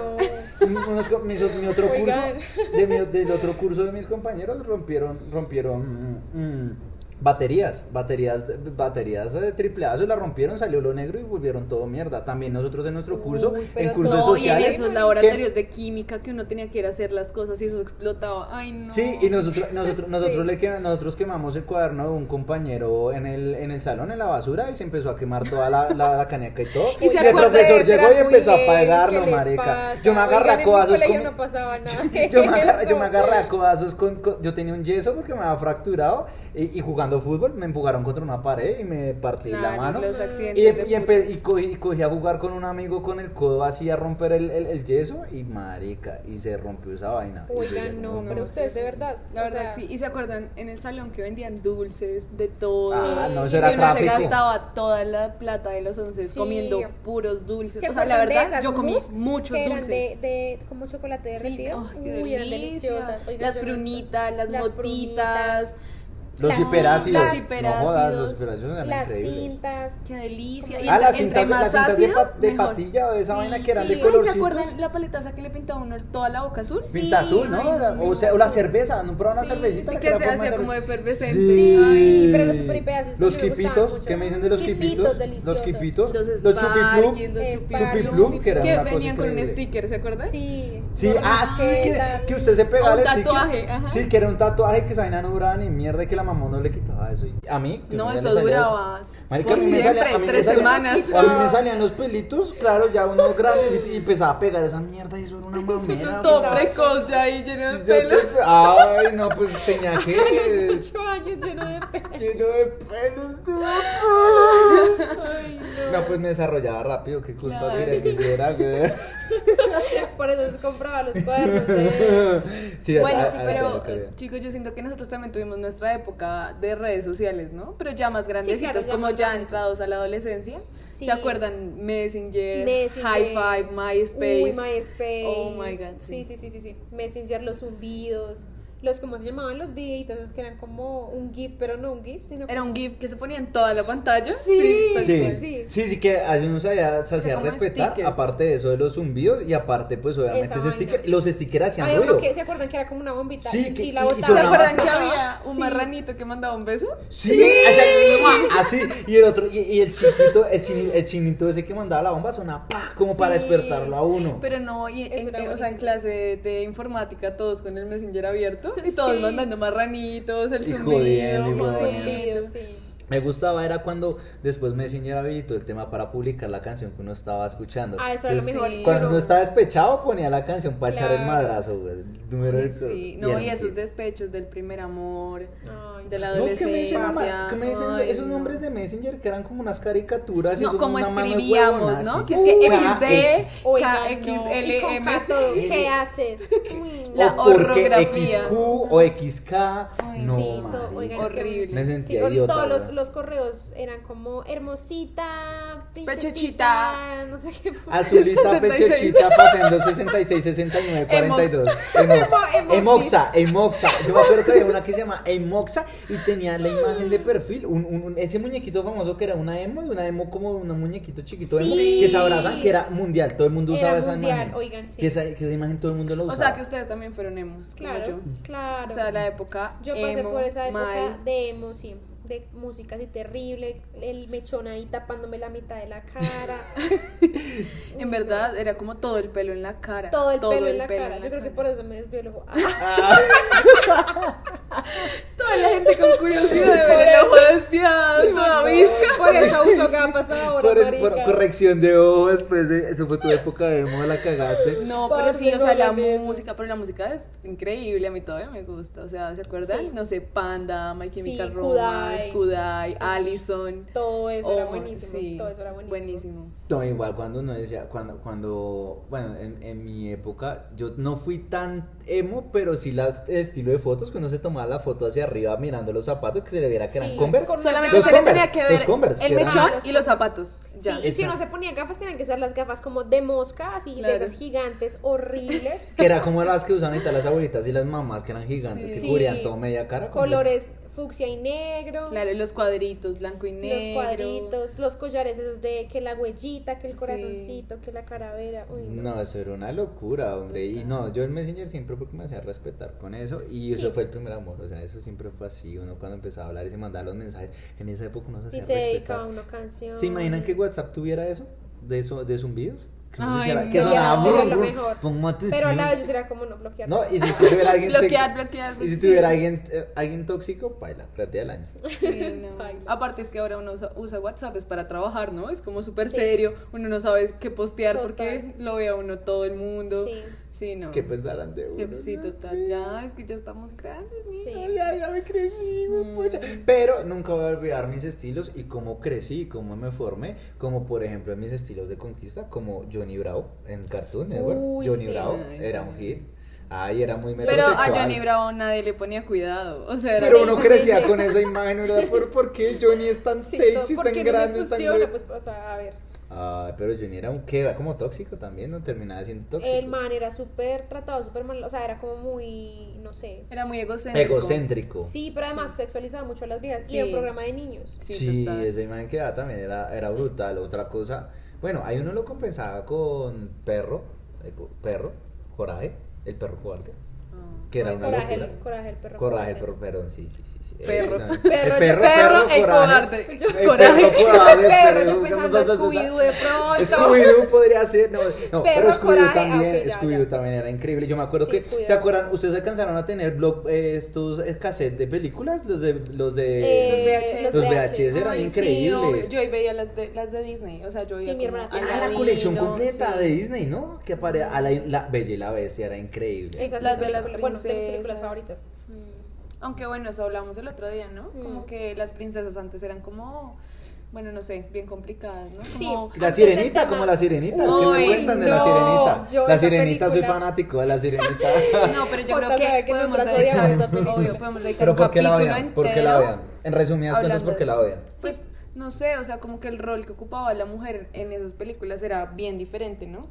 S4: yo
S5: unos co- mis- mi otro curso,
S4: Oigan.
S5: de mi- del otro curso de mis compañeros rompieron, rompieron mm, mm, baterías, baterías, de- baterías de triple A, se la rompieron, salió lo negro y volvieron todo mierda, también nosotros en nuestro curso,
S4: Uy,
S5: en
S4: pero
S5: cursos
S4: todo,
S3: no, y en
S5: sociales,
S3: esos
S5: que-
S3: laboratorios de química que uno tenía que ir a hacer las cosas y eso explotaba. Ay, no.
S5: Sí, y nosotros, nosotros, nosotros,
S4: Sí.
S5: le quema- nosotros quemamos el cuaderno de un compañero en el, en el salón, en la basura, y se empezó a quemar toda la, la, la caneca y todo.
S4: Y se
S5: el
S4: acuerda
S5: profesor
S4: de ser
S5: llegó y
S4: muy
S5: empezó a
S4: gay, ¿qué
S5: pagarlo,
S4: les
S5: marica.
S4: pasa?
S5: Yo me
S4: Oigan, en mi
S5: agarraco a sus
S4: colegio no pasaba nada.
S5: yo me, agarra, yo me
S4: Eso.
S5: agarré a codazos con, con- Yo tenía un yeso porque me había fracturado y, y jugando fútbol me empujaron contra una pared y me partí la
S3: Claro,
S5: mano.
S3: los
S5: Y,
S3: accidentes
S5: de-
S3: de
S5: y, empe- y cogí, y cogí a jugar con un amigo con el codo así a romper el, el- el yeso y marica, y se rompió esa vaina. Y yo dije,
S4: Oigan, no,
S5: no,
S4: pero ustedes de verdad.
S3: La
S4: o
S3: verdad,
S4: sea,
S3: sí. Y se acuerdan en el salón que vendían dulces de todo.
S5: Ah,
S4: Sí,
S5: no,
S4: y
S5: eso era
S3: que uno se
S5: tráfico.
S3: gastaba toda la plata de los once
S4: Sí.
S3: comiendo puros dulces.
S4: ¿Se
S3: O sea, la
S4: acuerdan de
S3: verdad,
S4: esas
S3: yo comí
S4: mousse
S3: muchos
S4: que
S3: dulces.
S4: eran de, de como chocolate
S3: Sí,
S4: derretido.
S3: ay, qué
S4: Uy, eran
S3: delicia.
S4: deliciosas. Oigan,
S3: las
S4: yo no-
S3: frunitas, las,
S4: las
S3: motitas.
S5: Los
S4: Las
S5: hiperácidos.
S4: cintas.
S5: Los hiperácidos. No jodas, los
S3: Las
S5: hiperácidos eran
S4: Las
S5: increíbles.
S4: cintas.
S3: Qué delicia.
S5: Ah,
S3: entre-
S5: las cintas,
S3: entre más
S5: las cintas de,
S3: ácido,
S5: pa- de
S3: mejor.
S5: patilla, de esa
S3: Sí,
S5: vaina que eran
S3: sí.
S5: de
S3: Ay,
S5: colorcitos.
S3: ¿Se acuerdan la paleta esa que le pintaba uno toda la boca azul?
S4: Sí.
S5: Pinta azul, ¿no?
S4: ay,
S5: o
S4: no,
S5: sea, o la
S4: sí.
S5: cerveza, no probaban
S3: Sí,
S5: una cervecita.
S3: sí,
S5: la
S3: que
S5: era
S3: se
S5: forma de
S3: hacía como
S5: cerve-
S3: efervescente.
S4: Sí, pero los superhiperácidos
S5: Los
S4: también me gustaban
S5: quipitos,
S4: mucho.
S5: ¿qué me dicen de los
S4: Mm,
S5: quipitos?
S4: quipitos
S5: los
S4: deliciosos.
S5: quipitos,
S3: Los
S5: los
S3: Sparkies,
S5: chupiplum.
S3: los
S4: Sparkies,
S3: Chupiplum.
S5: que era
S3: Que
S5: una cosa
S3: venían con un
S5: increíble.
S3: sticker, ¿se acuerdan?
S4: Sí.
S5: Sí,
S4: con
S5: ah,
S4: las
S5: sí, que,
S4: setas.
S5: que usted se pegaba
S3: Un
S5: el sticker.
S3: tatuaje, ajá.
S5: Sí, que era un tatuaje que esa vaina no duraba ni mierda y que la mamá no le quitaba eso. Y a mí, que
S3: No,
S5: ya me
S3: eso
S5: salía
S3: duraba
S5: Marica, a
S3: por
S5: mí me salía-
S3: siempre,
S5: a mí me
S3: tres
S5: salía-
S3: semanas.
S5: A mí me salían los pelitos, claro, ya uno grandecito y empezaba a pegar esa mierda y eso era una mamera.
S3: Todo
S5: puta.
S3: precoz ya ahí lleno de
S5: Sí, yo te-
S3: pelos.
S5: Ay, no, pues tenía que.
S4: Ocho años lleno de pelo.
S5: Lleno de pelos, tío. No, pues me desarrollaba rápido, qué culpa
S3: Claro.
S5: tiene que si era, güey.
S4: Por eso se compraba los cuadernos de.
S5: Sí,
S3: Bueno,
S5: a-
S3: sí,
S5: a- a-
S3: pero
S5: está bien.
S3: eh, chicos, yo siento que nosotros también tuvimos nuestra época de redes sociales, ¿no? Pero ya más grandecitos,
S4: claro, ya
S3: como
S4: más
S3: ya
S4: grandes.
S3: entrados a la adolescencia.
S4: Sí.
S3: ¿Se acuerdan? Messenger,
S4: Messenger.
S3: High Five, MySpace.
S4: Uy, MySpace.
S3: Oh my God, sí.
S4: Sí, sí, sí, sí, sí. Messenger, los zumbidos. Los, ¿cómo se llamaban los videitos? Esos que eran como un GIF, pero no un GIF, sino.
S3: Era un GIF que se ponía en toda la pantalla.
S4: Sí.
S3: tal
S5: Sí,
S3: cual.
S5: sí,
S4: sí.
S5: sí, que así uno se hacía, se hacía
S3: Como
S5: respetar,
S3: stickers.
S5: aparte de eso de los zumbidos y aparte pues obviamente
S4: Esa
S5: ese
S4: vaina.
S5: sticker, los stickers hacían
S4: Había uno
S5: ruido.
S4: que, ¿se acuerdan que era como una bombita?
S5: Sí,
S4: y,
S5: que-
S4: y la
S5: y- y
S4: botaban.
S3: ¿Se
S5: sonaba.
S3: acuerdan que había un
S4: Sí.
S3: marranito que mandaba un beso?
S5: Sí, hacía ¡mua! así y el otro y, y el chiquito, el, chini- el chinito ese que mandaba la bomba sonaba ¡pa! como para
S4: Sí.
S5: despertarlo a uno.
S3: Pero no, y
S4: Eso
S3: en,
S4: era
S3: en- o sea, en
S4: buenísimo.
S3: clase de, de informática todos con el Messenger abierto y todos
S4: Sí.
S3: mandando marranitos, el
S5: Y
S3: zumbido,
S5: jodiendo, y
S3: el
S5: jodiendo.
S3: zumbido.
S4: Zumbidos, sí.
S5: Me gustaba era cuando después Messenger habilitó el tema para publicar la canción que uno estaba escuchando.
S4: Ah, eso era lo
S5: Entonces,
S4: mejor.
S3: sí.
S5: Cuando
S4: pero-
S5: uno estaba despechado ponía la canción para echar el
S4: Claro.
S5: madrazo, güey. El número
S3: Ay,
S5: del-
S3: sí. No,
S5: era
S3: y
S5: un
S3: esos
S5: hit.
S3: despechos del primer amor,
S4: Ay,
S3: de la
S5: No, ¿qué me dicen,
S3: adolescencia.
S5: mamá? ¿Qué me dicen
S3: Ay,
S5: esos
S3: no.
S5: nombres de Messenger que eran como unas caricaturas? y
S3: No,
S5: eso
S3: como
S5: una mano de
S3: escribíamos,
S5: huevona, Uh,
S3: ¿no?
S5: así.
S3: Que es que
S5: Uy, café.
S3: XD,
S4: Oigan, no. Y con
S3: KXLM.
S4: K todo, ¿Qué haces? Uy,
S3: La
S5: O porque
S3: ortografía.
S5: XQ o XK.
S3: Ay,
S5: no,
S4: sí, todo,
S5: marica.
S4: oigan, es que-
S3: Horrible.
S5: Me
S4: Sí,
S5: sentía
S4: con
S5: idiota.
S4: todos los,
S5: güey.
S4: los correos eran como hermosita,
S3: Pechechita.
S4: princesita, no sé qué. fue.
S5: Azulita
S3: 66.
S5: pechechita pasando 66, 69, 42. Emox.
S4: Emo-
S5: Emoxa, Emoxa. Yo me acuerdo que había una que se llama Emoxa y tenía la imagen de perfil. Un, un- un- ese muñequito famoso que era una emo, de una emo como de un muñequito chiquito emo,
S4: Sí.
S5: que se abrazan, que era mundial. Todo el mundo
S4: Era
S5: usaba esa
S4: mundial,
S5: imagen.
S4: oigan, sí.
S5: que, esa, que esa imagen todo el mundo la
S3: O
S5: usaba.
S3: sea, que ustedes también fueron emos, como
S4: Claro,
S3: yo.
S4: claro.
S3: O sea, la época
S4: yo pasé
S3: emo,
S4: por esa época
S3: mal.
S4: de emo, sí, de música así terrible, el mechón ahí tapándome la mitad de la cara,
S3: En verdad, era como todo el pelo en la cara.
S4: todo el pelo en la
S3: pelo
S4: cara. Yo creo que
S3: cara.
S4: por eso me desvió el ojo. Ah,
S3: Toda la gente con curiosidad de ver el ojo despiadado, toda visca.
S4: por eso uso gafas ahora,
S5: Por, es- por
S4: marica.
S5: corrección de ojo después de eso fue tu época de emo, la cagaste.
S3: No,
S4: Pues, Parce,
S3: pero sí, o sea,
S4: no
S3: la
S4: hagan eso.
S3: música, pero la música es increíble, a mí todavía me gusta, o sea, ¿se acuerdan?
S4: Sí.
S3: No sé, Panda, My
S4: Sí,
S3: Chemical
S4: Kudai.
S3: Romance, Kudai, Allison.
S4: Todo eso era
S3: Oh,
S4: buenísimo,
S3: sí,
S4: todo eso era buenísimo.
S3: buenísimo.
S5: No, igual cuando uno decía, cuando, cuando bueno, en, en mi época, yo no fui tan emo, pero sí la, el estilo de fotos, que uno se tomaba la foto hacia arriba mirando los zapatos que se le viera que eran
S4: Sí,
S5: Converse.
S4: con-
S3: Solamente
S5: Los
S3: se le
S5: Converse,
S3: tenía que
S5: los
S3: ver
S5: Converse,
S3: el
S5: que eran-
S3: mechón
S4: Ah, los
S3: y los
S4: Converse.
S3: zapatos. Ya.
S4: Sí, y si
S5: Exacto.
S4: no se ponían gafas, tenían que ser las gafas como de mosca, así de
S3: Claro.
S4: esas gigantes, horribles.
S5: Que era como las que usaban ahorita las abuelitas y las mamás, que eran gigantes, que
S4: Sí.
S5: cubrían todo media cara. con-
S4: colores fucsia y negro.
S3: Claro, y los cuadritos, blanco y negro.
S4: Los cuadritos, los collares esos de que la huellita, que el
S3: Sí.
S4: corazoncito, que la calavera. Uy, no.
S5: No, eso era una locura, hombre. Y no, yo el Messenger siempre porque me hacía respetar con eso. Y eso
S4: Sí.
S5: fue el primer amor. O sea, eso siempre fue así. Uno cuando empezaba a hablar y se mandaba los mensajes. En esa época uno se hacía
S4: Y se dedicaba a
S5: respetar.
S4: una canción.
S5: ¿Se imaginan que WhatsApp tuviera eso? De, eso, de zumbidos. Que uno
S3: Ay,
S5: hiciera-
S3: no.
S5: que sonaba
S4: Sería
S5: brum,
S4: lo
S5: brum,
S4: mejor.
S5: pongo
S4: Pero al
S5: atención.
S4: lado yo era como no bloquear.
S5: No, y si tuviera alguien. se-
S3: Bloquear, bloquear,
S5: Y si
S3: sí.
S5: tuviera alguien, eh, alguien tóxico, baila, perdí el año.
S3: Sí, no.
S4: Baila.
S3: Aparte es que ahora uno usa, usa WhatsApp es para trabajar, ¿no? Es como súper
S4: Sí.
S3: serio, uno no sabe qué postear
S4: Total.
S3: porque lo ve a uno todo el mundo.
S4: Sí.
S3: Sí, no.
S5: ¿Qué pensarán de uno?
S3: Que- Sí, total, ya, es que ya estamos grandes. ¿no?
S4: Sí. Mm.
S5: Ay, ya, ya me crecí, pucha. Pero nunca voy a olvidar mis estilos y cómo crecí, cómo me formé, como por ejemplo en mis estilos de conquista, como Johnny Bravo en Cartoon Network.
S4: Uy,
S5: Johnny
S4: sí.
S5: Bravo
S3: Ay,
S5: era un hit. Ay, era muy
S3: Pero a
S5: metrosexual.
S3: Johnny Bravo nadie le ponía cuidado. O sea, era
S5: Pero
S3: como-
S5: uno crecía con esa imagen, ¿verdad? ¿Por, por qué Johnny es tan
S4: Sí, todo,
S5: sexy, es
S4: porque
S5: tan
S4: no me
S5: grande, es tan
S4: funciona,
S5: güey?
S4: pues, o sea, a ver.
S5: Ay, pero Johnny era un que era como tóxico también, no terminaba siendo tóxico.
S4: El man era súper tratado, súper mal, o sea, era como muy, no sé.
S3: Era muy egocéntrico.
S5: egocéntrico.
S4: Sí, pero además sexualizaba mucho a las viejas.
S3: Sí.
S4: Y el programa de niños.
S3: Sí,
S5: Sí,
S3: total.
S5: esa imagen que daba también era, era brutal. Otra cosa, bueno, ahí uno lo compensaba con perro, eh, co- perro, coraje, el perro cobarde,
S3: Ah.
S5: que era una
S4: Coraje,
S5: locura.
S4: el, coraje, el perro.
S5: Coraje, el perro, perdón, sí, sí, sí. sí.
S3: Perro.
S5: Eh, no, el
S3: Perro, perro,
S5: coraje,
S3: el cobarde.
S5: el
S3: Coraje.
S5: perro cobarde,
S4: Yo perro, yo
S5: perro,
S4: pensando
S5: ta, ta, ta, ta.
S4: Scooby-Doo de pronto.
S5: Scooby-Doo podría ser, no, no, pero
S4: Perro,
S5: Scooby-Doo
S4: coraje, ah,
S5: también,
S4: ok, ya,
S5: Scooby-Doo
S4: ya.
S5: también era increíble. Yo me acuerdo
S4: Sí,
S5: que,
S4: Scooby-Doo.
S5: ¿se acuerdan? ¿Ustedes alcanzaron a tener blog, eh, estos eh, cassettes de películas? Los de, los de...
S4: Eh,
S3: los
S5: los
S4: VHS.
S5: VHS eran
S3: Ay, sí,
S5: increíbles.
S3: obvio. yo ahí veía las de, las de Disney. O sea, yo
S4: Sí,
S3: veía
S4: mi
S3: como
S4: hermana tiene-
S5: Ah, la
S3: Aladino,
S5: colección completa
S3: sí.
S5: de Disney, ¿no? Que apare a la, la Bella y la Bestia era increíble.
S4: Esas
S3: Las
S4: son
S3: de las
S4: películas- Bueno, de mis películas
S3: princesas.
S4: favoritas.
S3: Aunque bueno, eso hablamos el otro día, ¿no?
S4: Mm.
S3: Como que las princesas antes eran como, bueno, no sé, bien complicadas, ¿no?
S4: Sí.
S3: Como,
S5: La
S4: Antes del
S5: sirenita,
S4: tema.
S5: como la sirenita, ¿qué
S3: Uy,
S5: me cuentan de la
S3: no,
S4: yo
S5: sirenita? La
S4: esa
S5: sirenita, soy
S4: película-
S5: fanático de la sirenita.
S3: No, pero yo
S4: Jota
S3: creo
S4: sabe
S3: que,
S4: que
S3: podemos
S4: nosotras odiamos
S3: dedicar,
S4: esa película.
S3: obvio, podemos dedicar
S5: pero
S3: un
S5: ¿por qué la
S3: capítulo
S5: odian?
S3: entero.
S5: ¿Por qué la odian? En resumidas cuentas,
S3: hablando
S5: ¿por qué
S3: de
S5: la
S3: eso.
S5: odian?
S3: Pues, no sé, o sea, como que el rol que ocupaba la mujer en esas películas era bien diferente, ¿no?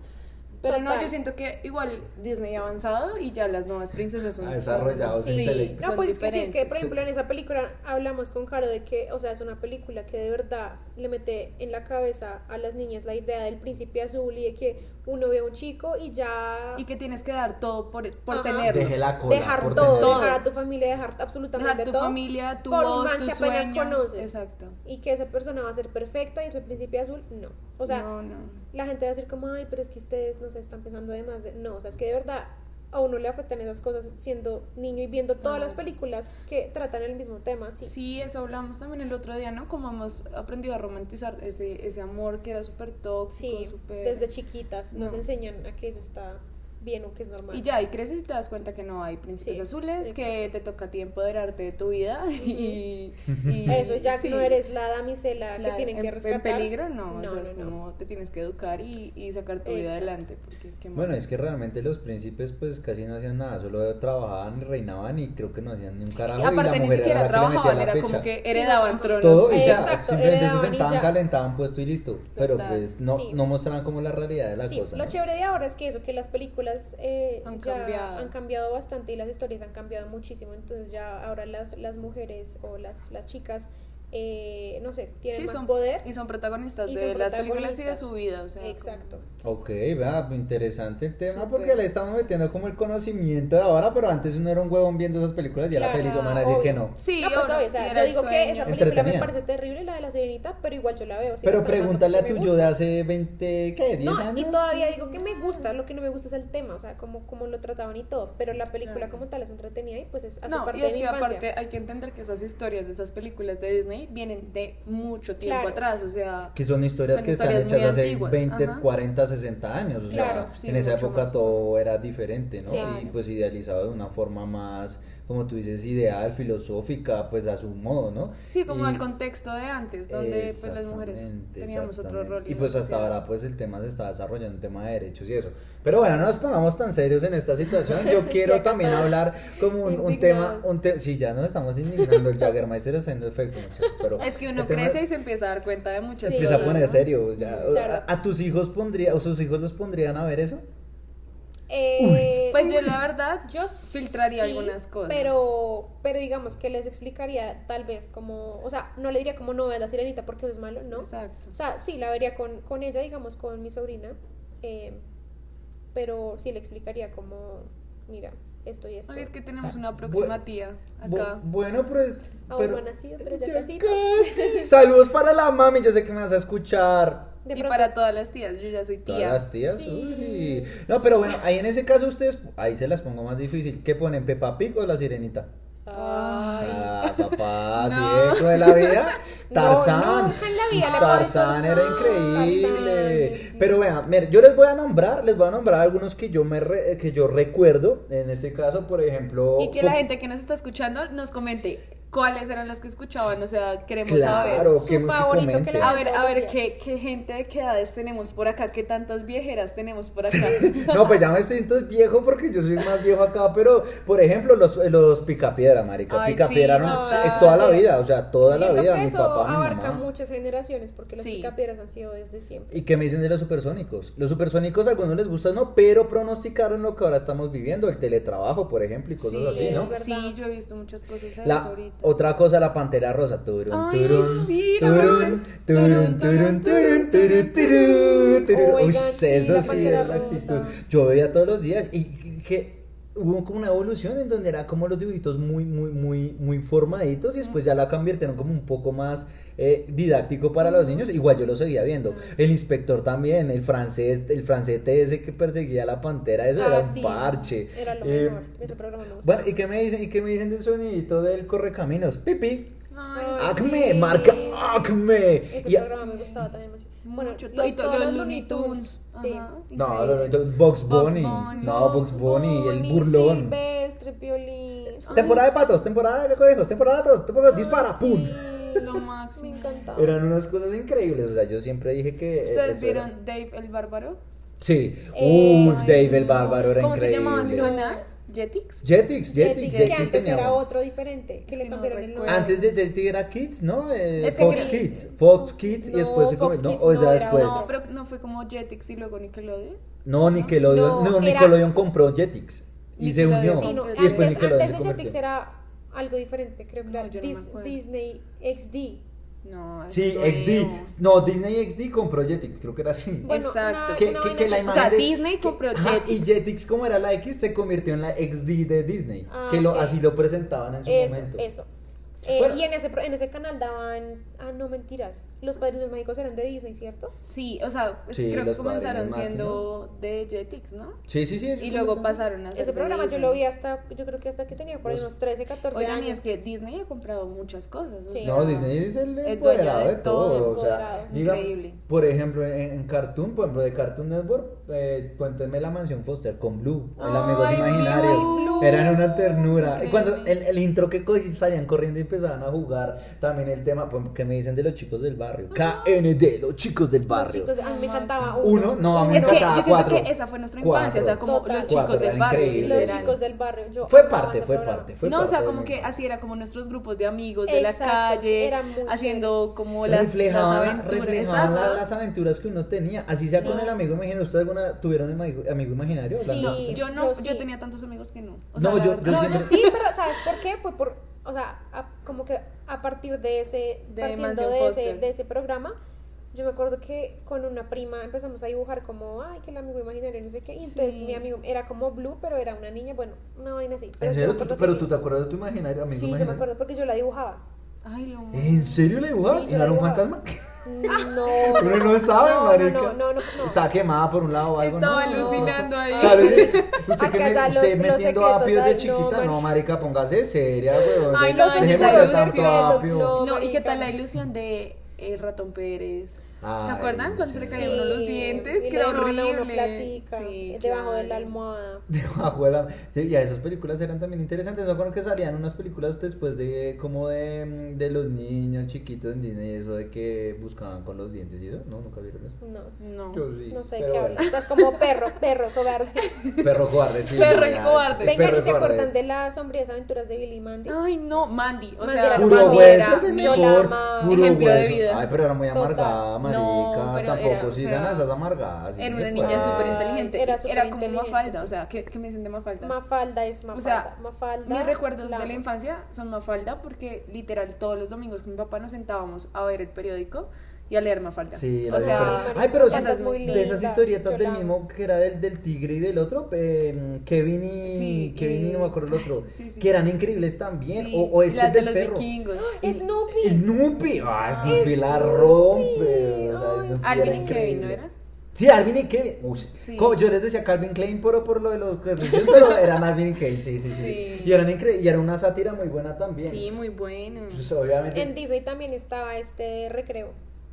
S3: Pero no,
S4: Total.
S3: yo siento que igual Disney ha avanzado y ya las nuevas princesas son...
S5: Ha desarrollado
S3: son-
S5: su
S3: sí,
S5: intelecto.
S4: No,
S3: son
S4: pues es que sí, es que por
S3: diferentes.
S4: ejemplo en esa película hablamos con Caro de que, o sea, es una película que de verdad le mete en la cabeza a las niñas la idea del príncipe azul y de que uno ve a un chico y ya
S3: Y que tienes que dar todo por, por
S4: Ajá.
S3: tenerlo.
S5: Dejé la cola.
S4: dejar
S5: por
S4: todo,
S5: tener-
S4: dejar a tu familia, dejar absolutamente
S3: Dejar tu
S4: todo
S3: familia, tu
S4: por un
S3: voz,
S4: man
S3: tus
S4: que apenas
S3: sueños.
S4: conoces.
S3: Exacto.
S4: Y que esa persona va a ser perfecta y es el príncipe azul, no. O sea,
S3: no, no.
S4: la gente va a decir como, ay, pero es que ustedes no se están pensando de más. de-". No, o sea, es que de verdad a uno le afectan esas cosas siendo niño y viendo todas las películas que tratan el mismo tema. Sí.
S3: Sí, eso hablamos también el otro día, ¿no? Como hemos aprendido a romantizar ese, ese amor que era súper tóxico,
S4: Sí,
S3: súper...
S4: desde chiquitas nos
S3: No.
S4: enseñan a que eso está bien o que es normal.
S3: Y ya, y creces y te das cuenta que no hay príncipes
S4: Sí,
S3: azules, que te toca a ti empoderarte de tu vida y... y-
S4: Eso ya
S3: sí,
S4: no eres la damisela
S3: claro,
S4: que tienen
S3: en-
S4: que rescatar.
S3: En peligro, no,
S4: No,
S3: o sea, es
S4: no, no.
S3: como te tienes que educar y, y sacar tu vida
S4: Exacto.
S3: adelante, porque qué más.
S5: Bueno, es que realmente los príncipes pues casi no hacían nada, solo trabajaban, reinaban y creo que no hacían ni un carajo.
S3: y
S5: y la
S3: aparte ni
S5: mujer
S3: siquiera
S5: era la que le metía
S3: trabajaban,
S5: la
S3: era
S5: fecha.
S3: como que heredaban tronos
S5: todo
S3: y
S5: y
S4: Eh,
S5: ya,
S4: exacto,
S5: simplemente
S4: era
S5: se
S4: un
S5: sentaban,
S4: ninja.
S5: calentaban puesto y listo. Pero
S3: Total,
S5: pues no,
S4: sí.
S5: no mostraban como la realidad de la
S4: Sí,
S5: cosa.
S4: lo
S5: ¿no?
S4: chévere de ahora es que eso, que las películas eh,
S3: Han
S4: ya
S3: cambiado.
S4: han cambiado bastante y las historias han cambiado muchísimo, entonces ya ahora las, las mujeres o las, las chicas, eh, no sé, tienen
S3: Sí,
S4: más
S3: son-
S4: poder.
S3: Y son protagonistas
S4: y
S3: de
S4: son
S3: las películas y de
S4: protagonistas.
S3: su vida, o sea. como-
S4: Exacto.
S5: Ok, vea, interesante el tema
S3: Súper.
S5: porque le estamos metiendo como el conocimiento de ahora, pero antes uno era un huevón viendo esas películas y era
S4: Claro,
S5: feliz, o me van a decir
S4: obvio.
S5: que no.
S3: Sí,
S4: no, pues
S3: obvio,
S4: obvio, o
S3: y
S4: sea,
S3: era
S4: yo
S3: el
S4: digo que
S3: sueño.
S4: esa película me
S5: Entretenida.
S4: parece terrible, la de la sirenita, pero igual yo la veo. si la
S5: pero
S4: están dando
S5: pregúntale a
S4: porque
S5: tu
S4: me
S5: yo de
S4: gusta.
S5: hace 20, ¿qué? 10
S4: No,
S5: años.
S4: y todavía digo que me gusta, lo que no me gusta es el tema, o sea, cómo, cómo lo trataban y todo, pero la película
S3: Claro.
S4: como tal es entretenida y pues es hace
S3: No,
S4: parte
S3: y es
S4: de mi
S3: que
S4: infancia.
S3: aparte hay que entender que esas historias de esas películas de Disney vienen de mucho tiempo
S4: Claro.
S3: atrás, o sea,
S5: Que son historias
S3: Son
S5: que
S3: historias
S5: están
S3: muy
S5: hechas hace
S3: antiguas,
S5: 20,
S3: ajá.
S5: 40, 60 años. O sea,
S4: Claro,
S3: sí,
S5: en esa
S3: mucho
S5: época
S3: más.
S5: todo era diferente, ¿no?
S4: Claro.
S5: Y pues idealizado de una forma más, como tú dices, ideal, filosófica, pues a su modo, ¿no?
S3: sí, como
S5: Y-
S3: al contexto de antes, donde pues las mujeres
S5: Exactamente,
S3: teníamos otro
S5: exactamente.
S3: rol.
S5: Y
S3: en la
S5: pues hasta
S3: sociedad.
S5: ahora pues el tema se está desarrollando, un tema de derechos y eso. Pero bueno, no nos pongamos tan serios en esta situación. Yo quiero
S4: acá
S5: también
S4: todos
S5: hablar como un, un tema, un te- sí, ya nos estamos indignando, el Jaggermeister está haciendo efecto, muchachos, pero
S3: Es que uno
S5: el tema-
S3: crece y se empieza a dar cuenta de muchas
S5: se
S4: Sí.
S5: empieza a
S3: cosas,
S5: poner
S3: ¿no?
S5: serio. ya.
S4: Claro.
S5: ¿A, a tus hijos pondría, o sus hijos los pondrían a ver eso?
S4: Eh,
S3: Pues yo
S4: uy,
S3: la verdad,
S4: yo
S3: filtraría
S4: sí,
S3: algunas cosas.
S4: Pero, pero digamos que les explicaría tal vez como, o sea, no le diría como no es la sirenita porque eso es malo, ¿no?
S3: Exacto.
S4: O sea, sí, la vería con, con ella, digamos, con mi sobrina, eh, pero sí le explicaría como, mira, esto y esto.
S3: Oye, es que tenemos una próxima tía
S5: Bu-
S3: acá.
S5: bueno, pero...
S4: Aún
S5: pero
S4: no ha nacido, pero ya casi.
S5: casi. Saludos para la mami, yo sé que me vas a escuchar.
S4: De
S3: y
S4: pronto-
S3: para todas las tías, yo ya soy
S5: Todas
S3: tía.
S5: las tías.
S4: Sí.
S5: uy. No, pero bueno, ahí en ese caso ustedes, ahí se las pongo más difícil. ¿Qué ponen, Peppa Pig o la sirenita?
S3: Ay.
S5: Ah, papá,
S3: No.
S5: sí, de la vida.
S4: No,
S5: Tarzán.
S4: nunca en la vida le puedo decir
S5: Tarzán era
S4: Tarzán.
S5: increíble.
S4: Tarzán, sí.
S5: Pero vean, mira, yo les voy a nombrar, les voy a nombrar algunos que yo me re- eh, que yo recuerdo. En este caso, por ejemplo.
S3: Y que la
S5: con-
S3: gente que nos está escuchando nos comente cuáles eran los que escuchaban, o sea, queremos
S5: Claro,
S3: saber.
S5: que
S4: Su
S5: nos
S4: favorito que
S5: comenten.
S4: le-
S3: A ver, a ver,
S4: Todos los
S3: ¿qué, qué gente de qué edades tenemos por acá, qué tantas viejeras tenemos por acá.
S5: No, pues ya me siento viejo porque yo soy más viejo acá, pero por ejemplo, los, eh, los picapiedra, marica.
S3: Ay,
S5: picapiedra
S3: sí,
S5: no,
S3: total.
S5: es toda la vida, o sea, toda la
S4: Siento
S5: vida.
S4: que
S5: Mi
S4: eso
S5: papá, mi
S4: abarca
S5: mamá.
S4: muchas generaciones porque los
S3: Sí.
S4: picapiedras han sido desde siempre.
S5: ¿Y qué me dicen de los supersónicos? Los supersónicos a algunos les gustan, no, pero pronosticaron lo que ahora estamos viviendo, el teletrabajo, por ejemplo, y cosas así,
S3: es
S5: ¿no?
S4: verdad.
S3: Sí, yo he visto muchas cosas de
S5: La-
S3: eso ahorita.
S5: otra cosa, la pantera rosa. Turun,
S3: Ay,
S5: turun,
S3: sí, la
S5: turun,
S3: pantera-
S5: turun, turun,
S3: turun,
S5: turun, turun,
S3: turun,
S5: turun, turun.
S4: Oigan,
S5: Uy,
S4: sí,
S5: eso
S4: la
S5: sí
S4: pantera
S5: es la actitud.
S4: rosa.
S5: Yo veía todos los días y que hubo como una evolución en donde era como los dibujitos muy, muy, muy, muy formaditos y después ya la convirtieron como un poco más eh, didáctico para los niños. Igual yo lo seguía viendo. El inspector también, el francés, el francete ese que perseguía a la pantera, eso
S4: Ah,
S5: era un
S4: sí,
S5: parche.
S4: Era lo
S5: Eh,
S4: mejor. Ese programa me gustaba.
S5: bueno, ¿y qué me dicen, ¿y qué me dicen del sonidito del correcaminos? Pipi.
S3: Ay,
S4: Ah,
S5: Acme,
S4: sí.
S5: marca Acme.
S4: Ese
S5: Y-
S4: programa me gustaba también mucho. Bueno,
S3: mucho.
S4: los,
S3: Y to-
S4: todos
S3: los
S4: los
S3: Looney Tunes.
S4: Sí.
S3: Ajá,
S5: No,
S3: increíble.
S5: lo- lo- Bugs
S3: Bugs
S5: Bunny.
S3: Bunny.
S5: No, Bugs Bunny, el
S4: Bonnie,
S5: burlón.
S4: Silvestre, Piolín.
S5: Temporada de patos, temporada de conejos, temporada de patos, temporada dispara, ¡pum!
S4: Sí,
S3: Lo máximo.
S4: Me encantaba.
S5: Eran unas cosas increíbles, o sea, yo siempre dije que... eh,
S3: ¿Ustedes
S5: eso era-
S3: vieron Dave el Bárbaro?
S5: Sí.
S4: Eh,
S5: Uy,
S4: ay,
S5: Dave el
S4: no.
S5: Bárbaro era
S3: ¿Cómo se
S5: increíble.
S3: llamaba ese canal? ¿Jetix?
S5: Jetix, Jetix,
S4: Jetix, que
S5: Jetix
S4: antes
S5: tenía
S4: era
S5: uno.
S4: otro diferente, que
S3: Es
S4: le
S3: que no
S4: cambiaron el
S3: recuerdo.
S4: nombre.
S5: Antes de Jetix era Kids, ¿no? Eh,
S3: Es que
S5: Fox
S3: cre-
S5: Kids, Fox Kids y
S4: No,
S5: después se
S4: Fox
S5: come- no,
S4: Kids
S5: o ya
S4: no, era
S5: después.
S3: No, pero no fue como Jetix y luego Nickelodeon.
S5: No, Nickelodeon, no,
S4: No, era-
S5: Nickelodeon compró Jetix y se
S3: Nickelodeon,
S5: unió.
S4: Sí, no,
S5: y
S4: antes,
S5: después Nickelodeon
S4: antes
S5: se
S4: de Jetix
S5: convirtió.
S4: era algo diferente, creo que
S3: No,
S4: era
S3: yo no me
S4: Dis-
S3: acuerdo.
S4: Disney XD.
S3: No,
S5: Sí,
S3: es nuevo.
S5: XD. No, Disney XD compró Jetix, creo que era así.
S4: Bueno,
S3: Exacto.
S4: una-
S5: Que-
S4: una
S5: que-
S4: vaina
S5: que la
S4: así.
S3: O
S5: imagen
S3: sea,
S5: de-
S3: Disney compró
S5: Ajá, y
S3: Jetix.
S5: Jetix, como era la X, se convirtió en la XD de Disney.
S4: Ah,
S5: que lo,
S4: ok.
S5: así lo presentaban en su
S4: Eso,
S5: momento.
S4: eso. Eh,
S5: Bueno.
S4: Y en ese, pro- en ese canal daban. Ah, no, mentiras. Los padrinos mágicos eran de Disney, ¿cierto?
S3: Sí, o sea, es-
S5: Sí,
S3: creo que
S5: los
S3: comenzaron
S5: padrinos
S3: siendo de Jetix, ¿no?
S5: Sí, sí, sí.
S3: Y luego pasaron a ser
S4: Ese
S3: de
S4: programa yo
S3: Disney.
S4: lo vi hasta. Yo creo que hasta que tenía por ahí
S5: Los-
S4: unos 13, 14
S3: Oigan, y
S4: años.
S3: es que Disney ha comprado muchas cosas. o
S4: Sí.
S3: sea,
S5: Pues No, Disney es el
S3: dueño
S5: empoderado de,
S3: de
S5: todo.
S3: todo,
S5: o sea,
S4: empoderado.
S5: diga,
S3: Increíble.
S5: por ejemplo, en, en Cartoon, por ejemplo, de Cartoon Network, eh, cuéntenme la mansión Foster con Blue, el Amigos
S3: Ay,
S5: Imaginarios.
S3: Blue.
S5: Eran una ternura. Y
S3: Increíble.
S5: cuando el, el intro que co- salían corriendo y empezaban a jugar, también el tema, pues, que me dicen de los chicos del barrio. KND, los chicos del
S4: Los
S5: barrio.
S4: chicos, a mí me encantaba
S5: Uno,
S4: uno.
S5: no, a mí me
S3: Es que yo
S5: encantaba
S3: siento
S5: cuatro.
S3: que esa fue nuestra
S5: Cuatro.
S3: infancia, o sea, como
S4: Total.
S3: los chicos
S5: Cuatro,
S3: del
S5: eran
S3: barrio.
S5: increíbles.
S4: Los
S3: eran-
S4: chicos del barrio. Yo
S5: Fue
S4: amaba
S5: parte,
S4: ese
S5: fue
S4: programa.
S5: parte. fue
S3: No, o sea,
S5: parte de
S3: como
S5: mi
S3: que
S5: infancia.
S3: así era como nuestros grupos de amigos de la
S4: Exacto,
S3: calle,
S4: era muy
S3: haciendo como las,
S5: reflejaban,
S3: las aventuras.
S5: reflejaban la-
S3: exacto.
S5: las aventuras que uno tenía. Así sea con
S4: Sí.
S5: el amigo imaginario. ¿Ustedes alguna tuvieron amigo, amigo imaginario?
S4: Sí.
S5: Hablando de-
S4: No,
S3: Yo no,
S4: yo
S3: yo,
S4: sí.
S3: tenía tantos amigos que no.
S5: No,
S3: la
S5: yo-
S3: verdad.
S5: yo
S4: No,
S5: siempre-
S4: yo sí, pero ¿sabes por qué? Fue por, o sea, a- como que a partir de ese,
S3: De
S4: partiendo
S3: Mansión
S4: de ese,
S3: Foster.
S4: de ese programa, yo me acuerdo que con una prima empezamos a dibujar como, ay, que el amigo imaginario, no sé qué, y entonces
S3: Sí.
S4: mi amigo era como Blue, pero era una niña, bueno, una vaina así.
S5: ¿En
S4: yo
S5: serio?
S4: me
S5: ¿Tú-
S4: acuerdo que
S5: ¿Pero
S4: sí.
S5: tú te acuerdas de tu imaginario, amigo
S4: Sí, yo me
S5: imaginario?
S4: acuerdo porque yo la dibujaba.
S3: Ay, lo amo.
S5: ¿En serio le dibujaba?
S4: Sí, yo
S5: ¿Y no era
S4: le
S5: un
S4: dibujaba.
S5: fantasma?
S4: No.
S5: Uno no sabe,
S4: no,
S5: marica.
S4: No, no, no, no.
S5: Estaba quemada por un lado o algo.
S3: Estaba
S5: no, no.
S3: alucinando ahí.
S5: Claro, usted que
S4: Acá
S5: me, usted
S4: ya los- los
S5: metiendo a
S4: secretos,
S5: de
S4: ay, no,
S5: chiquita. No,
S4: marica.
S5: marica, póngase seria, weón.
S3: Ay, no,
S5: Deje
S3: sí,
S5: molestar
S3: los
S5: tanto
S4: secretos,
S5: apio.
S4: no.
S3: No, ¿y qué
S4: marica.
S3: tal la ilusión de el eh, ratón Pérez?
S5: Ay,
S3: ¿Se acuerdan cuando se le caían uno los dientes?
S4: y
S3: Que era
S4: le roban a uno
S3: horrible.
S4: platica,
S3: Sí,
S4: debajo de
S3: claro.
S4: la almohada.
S5: Debajo de la- Sí, y esas películas eran también interesantes. No acuerdo que salían unas películas después de como de, mm, de los niños chiquitos en Disney, eso de que buscaban con los dientes y eso. No, nunca vieron eso.
S4: No,
S3: No.
S5: Yo sí,
S4: no sé de
S5: pero
S4: qué
S5: bueno.
S4: hablas. Estás como perro, perro cobarde.
S5: Perro cobarde, sí.
S3: Perro el
S5: ya.
S3: cobarde.
S5: El
S4: Vengan
S5: perro
S4: y se
S5: cobarde.
S4: acuerdan de las sombrías aventuras de Billy y Mandy.
S3: Ay, no, Mandy. O
S4: Mandy
S3: sea,
S4: era
S5: Puro
S4: Mandy
S3: Mandy
S4: era-
S5: hueso, ese es
S4: yo la
S5: mejor.
S4: amaba.
S5: Puro
S3: Ejemplo de
S5: hueso.
S3: vida.
S5: Ay, pero era muy
S4: Total.
S5: amargada, marica.
S3: No, pero
S5: Tampoco,
S3: era, o
S5: sí,
S3: sea,
S5: eran esas amargadas. sí,
S3: Era
S5: no se
S3: una niña
S5: puede.
S3: súper inteligente.
S4: Era
S3: Era, como
S4: superinteligente,
S3: Mafalda.
S4: sí.
S3: O sea, ¿qué, qué me dicen de Mafalda?
S4: Mafalda es
S3: o
S4: Mafalda.
S3: sea,
S4: Mafalda.
S3: mis recuerdos de la
S4: amo.
S3: infancia son Mafalda porque literal todos los domingos con mi papá nos sentábamos a ver el periódico y a leer Mafalda.
S5: Sí,
S3: o
S5: era
S3: sea,
S5: diferente. Ay, pero sí,
S4: Esa es muy
S5: de esas
S4: linda,
S5: historietas
S4: yo
S5: del
S4: la amo.
S5: mismo que era del, del tigre y del otro, eh, Kevin y
S3: Sí,
S5: Kevin y
S3: y-
S5: no me acuerdo el otro,
S3: Sí, sí.
S5: que eran increíbles también.
S3: sí,
S5: o, o este
S3: las de
S5: del
S3: los
S5: perro.
S3: vikingos.
S5: Y-
S4: Snoopy.
S5: Snoopy, ah, Snoopy la rompe. o sea,
S4: Ay,
S5: Snoopy era
S3: Alvin y Kevin,
S5: increíble.
S3: ¿no era?
S5: Sí, Alvin y Kevin. Uy,
S3: Sí.
S5: como yo les decía Calvin Klein por, por lo de los carrillos, pero eran Alvin y Kevin, sí, sí, sí.
S3: Sí.
S5: Y eran incre- y era una sátira muy buena también.
S3: Sí, muy bueno.
S5: Pues, obviamente.
S4: En Disney también estaba este recreo.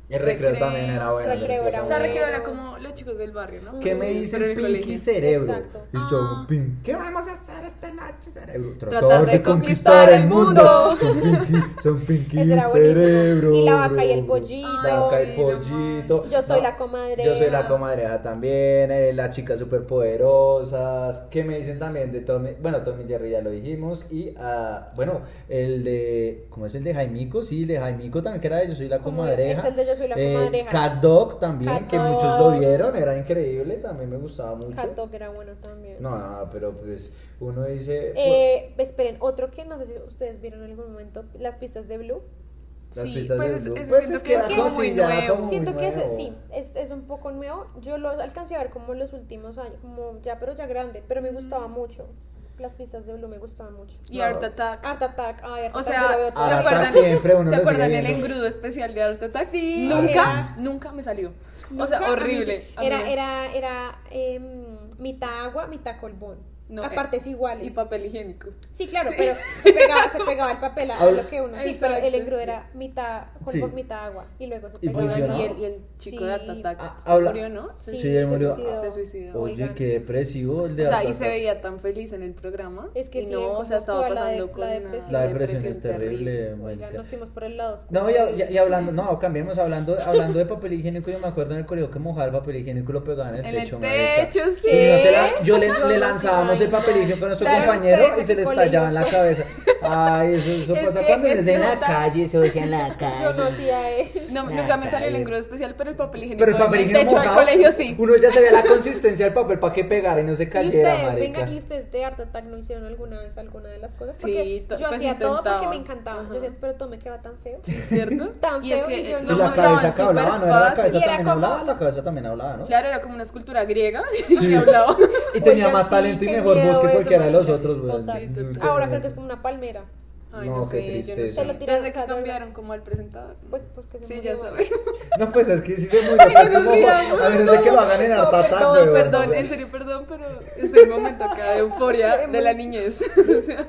S5: el recreo,
S3: Recreo,
S5: también era bueno. el
S4: Recreo era
S3: O sea,
S4: bueno.
S3: Recreo era como los chicos del barrio, ¿no?
S5: ¿Qué me
S3: Sí,
S5: dice
S3: pero
S5: el
S3: en
S5: Pinky
S3: colegio.
S5: Cerebro?
S4: Exacto.
S5: Y yo,
S3: Ah.
S5: Pinky, ¿qué vamos a hacer este esta noche, Cerebro?
S3: Tratar de conquistar el mundo.
S5: Son Pinky, son Pinky
S4: Ese era buenísimo.
S5: Cerebro.
S4: Y la vaca y el
S5: pollito.
S4: pollito.
S5: La vaca y
S3: Ay,
S5: el
S3: sí, no
S5: pollito.
S4: Yo soy
S5: No,
S4: la comadreja.
S5: Yo soy la comadreja también. eh, las chicas superpoderosas. ¿Qué me dicen también de Tommy? Bueno, Tommy y Jerry ya lo dijimos. Y, ah, bueno, el de. ¿Cómo es el de Jaimico? Sí, el de Jaimico también, que era de Yo soy la
S4: Como
S5: comadreja.
S4: es el de Yo soy la
S5: Eh,
S4: comadreja.
S5: Cat Dog también,
S4: Cat
S5: que
S4: Dog.
S5: muchos lo vieron. Era increíble. También me gustaba mucho.
S4: Cato, que era bueno también.
S5: No, no, pero pues uno dice.
S4: Eh, esperen, otro que no sé si ustedes vieron en algún momento, las pistas de Blue.
S5: Las
S3: sí,
S5: pistas
S3: pues
S5: de
S3: es-
S5: Blue.
S3: es-
S5: Pues
S3: siento
S5: es que
S3: que es
S5: era
S3: como
S5: como
S3: muy
S5: si ya era
S3: nuevo.
S5: como- Muy
S4: Siento que ese,
S5: nuevo.
S4: sí, es, es un poco nuevo. Yo lo alcancé a ver como en los últimos años, como ya, pero ya grande. Pero me
S3: Mm.
S4: gustaba mucho. Las pistas de Blue me gustaban mucho.
S3: Y Art Attack.
S4: Art Attack, ay, Art
S3: O
S4: Attack,
S3: sea,
S4: yo lo veo
S3: ¿se
S4: todo.
S5: Art Attack
S3: acuerdan?
S5: siempre uno lo
S3: ¿Se
S5: sigue
S3: acuerdan el
S5: viendo.
S3: engrudo especial de Art Attack?
S4: Sí,
S3: Nunca,
S4: era-
S3: nunca me salió. O
S4: Nunca,
S3: sea,
S4: a mí
S3: horrible.
S4: sí.
S3: a mí no.
S4: Era, era, era em, mitad agua, mitad colbón.
S3: No,
S4: a partes
S3: eh,
S4: iguales.
S3: Y papel higiénico.
S4: sí, claro, pero se pegaba, se pegaba el papel a lo que uno. Sí, pero
S3: Exacto.
S4: el engrudo era mitad colbón,
S5: Sí.
S4: mitad agua. Y luego se
S5: Y
S4: pegaba.
S5: funcionaba.
S3: Y el, y el chico de Art
S4: Sí.
S3: Attack
S5: Ah,
S3: se
S5: habla-
S3: murió, ¿no?
S5: Sí, él murió.
S3: Se suicidó.
S5: Oye,
S4: Oigan.
S5: qué depresivo el de
S3: O sea,
S5: Art
S3: y
S5: Attack.
S3: se veía tan feliz en el programa.
S4: Es que
S3: y
S4: sí,
S3: no,
S4: como
S3: o sea, estaba
S4: toda la de-
S3: pasando
S4: la
S3: con una
S4: depresión.
S5: La depresión es terrible.
S4: Oigan,
S5: marica.
S4: nos fuimos por el lado.
S5: No,
S4: oscuro.
S5: y, y- y hablando, no, cambiemos, hablando, hablando de papel higiénico, yo me acuerdo en el colegio que mojaba el papel higiénico y lo pegaban en el
S3: En el
S5: techo, marica.
S3: techo, sí.
S5: Y no se la- yo le,
S4: Yo
S5: le
S4: no
S5: lanzábamos
S4: sé,
S5: el papel higiénico a nuestro
S4: Claro,
S5: compañero
S4: ustedes
S5: y se
S4: en
S5: le
S4: el
S5: estallaba en la cabeza. Ay, eso, eso
S3: Es
S5: pasa
S3: que
S5: cuando
S3: es
S5: eres en la
S3: nota.
S5: calle, eso decía en la
S4: Yo no
S5: calle.
S4: hacía eso.
S3: No,
S5: Nah,
S3: nunca me salió el
S5: cállate.
S3: engrudo especial, pero el papel higiénico.
S5: Pero el papel
S3: en
S5: higiénico
S3: techo del
S5: mojado,
S3: colegio sí.
S5: uno ya sabía la consistencia del papel para que pegara y no se
S4: Y
S5: cayera,
S4: ustedes,
S5: marica.
S4: vengan, y ustedes de Art Attack no hicieron alguna vez alguna de las cosas.
S3: Sí,
S4: Porque
S3: to-
S4: yo
S3: pues
S4: hacía todo porque
S3: intentaba.
S4: me encantaba. Yo
S3: Ajá.
S4: decía, pero todo me queda tan feo.
S3: ¿Cierto?
S4: Tan
S3: y es
S4: feo y
S3: que
S4: yo no-
S5: Y
S3: lo
S5: la
S3: mostraban
S5: cabeza que hablaba, no
S3: súper
S5: era la
S3: fácil.
S5: cabeza
S4: Y era
S5: también
S4: como-
S5: hablaba, la cabeza también hablaba, ¿no?
S3: Claro, era como una escultura griega. Y hablaba.
S5: Y tenía
S4: Oigan,
S5: más
S4: sí,
S5: talento y
S4: qué
S5: mejor
S4: miedo
S5: voz que
S4: eso,
S5: cualquiera de los
S4: marica.
S5: otros, pues. weón.
S4: Total.
S3: Sí, total.
S4: Ahora creo que es como una palmera.
S3: Ay,
S5: No,
S3: no,
S5: qué
S3: sé,
S5: tristeza.
S3: yo
S4: Se
S3: no
S4: lo
S3: sé.
S4: tiraron,
S3: Desde
S4: o
S3: que
S4: sea,
S3: cambiaron como al presentador. ¿no?
S4: Pues porque se
S3: sí,
S4: murió,
S3: ya
S4: ¿no?
S3: sabes.
S5: No, pues es que sí se murió. pues,
S3: nos
S5: como-
S3: riamos.
S5: a veces de que lo hagan en
S4: No,
S5: Artata,
S4: perdón,
S5: weón,
S3: No,
S5: o
S3: perdón,
S5: sea.
S3: en serio, perdón, pero es el momento acá de euforia
S4: Sí,
S3: de la
S4: hemos-
S3: niñez. O sea,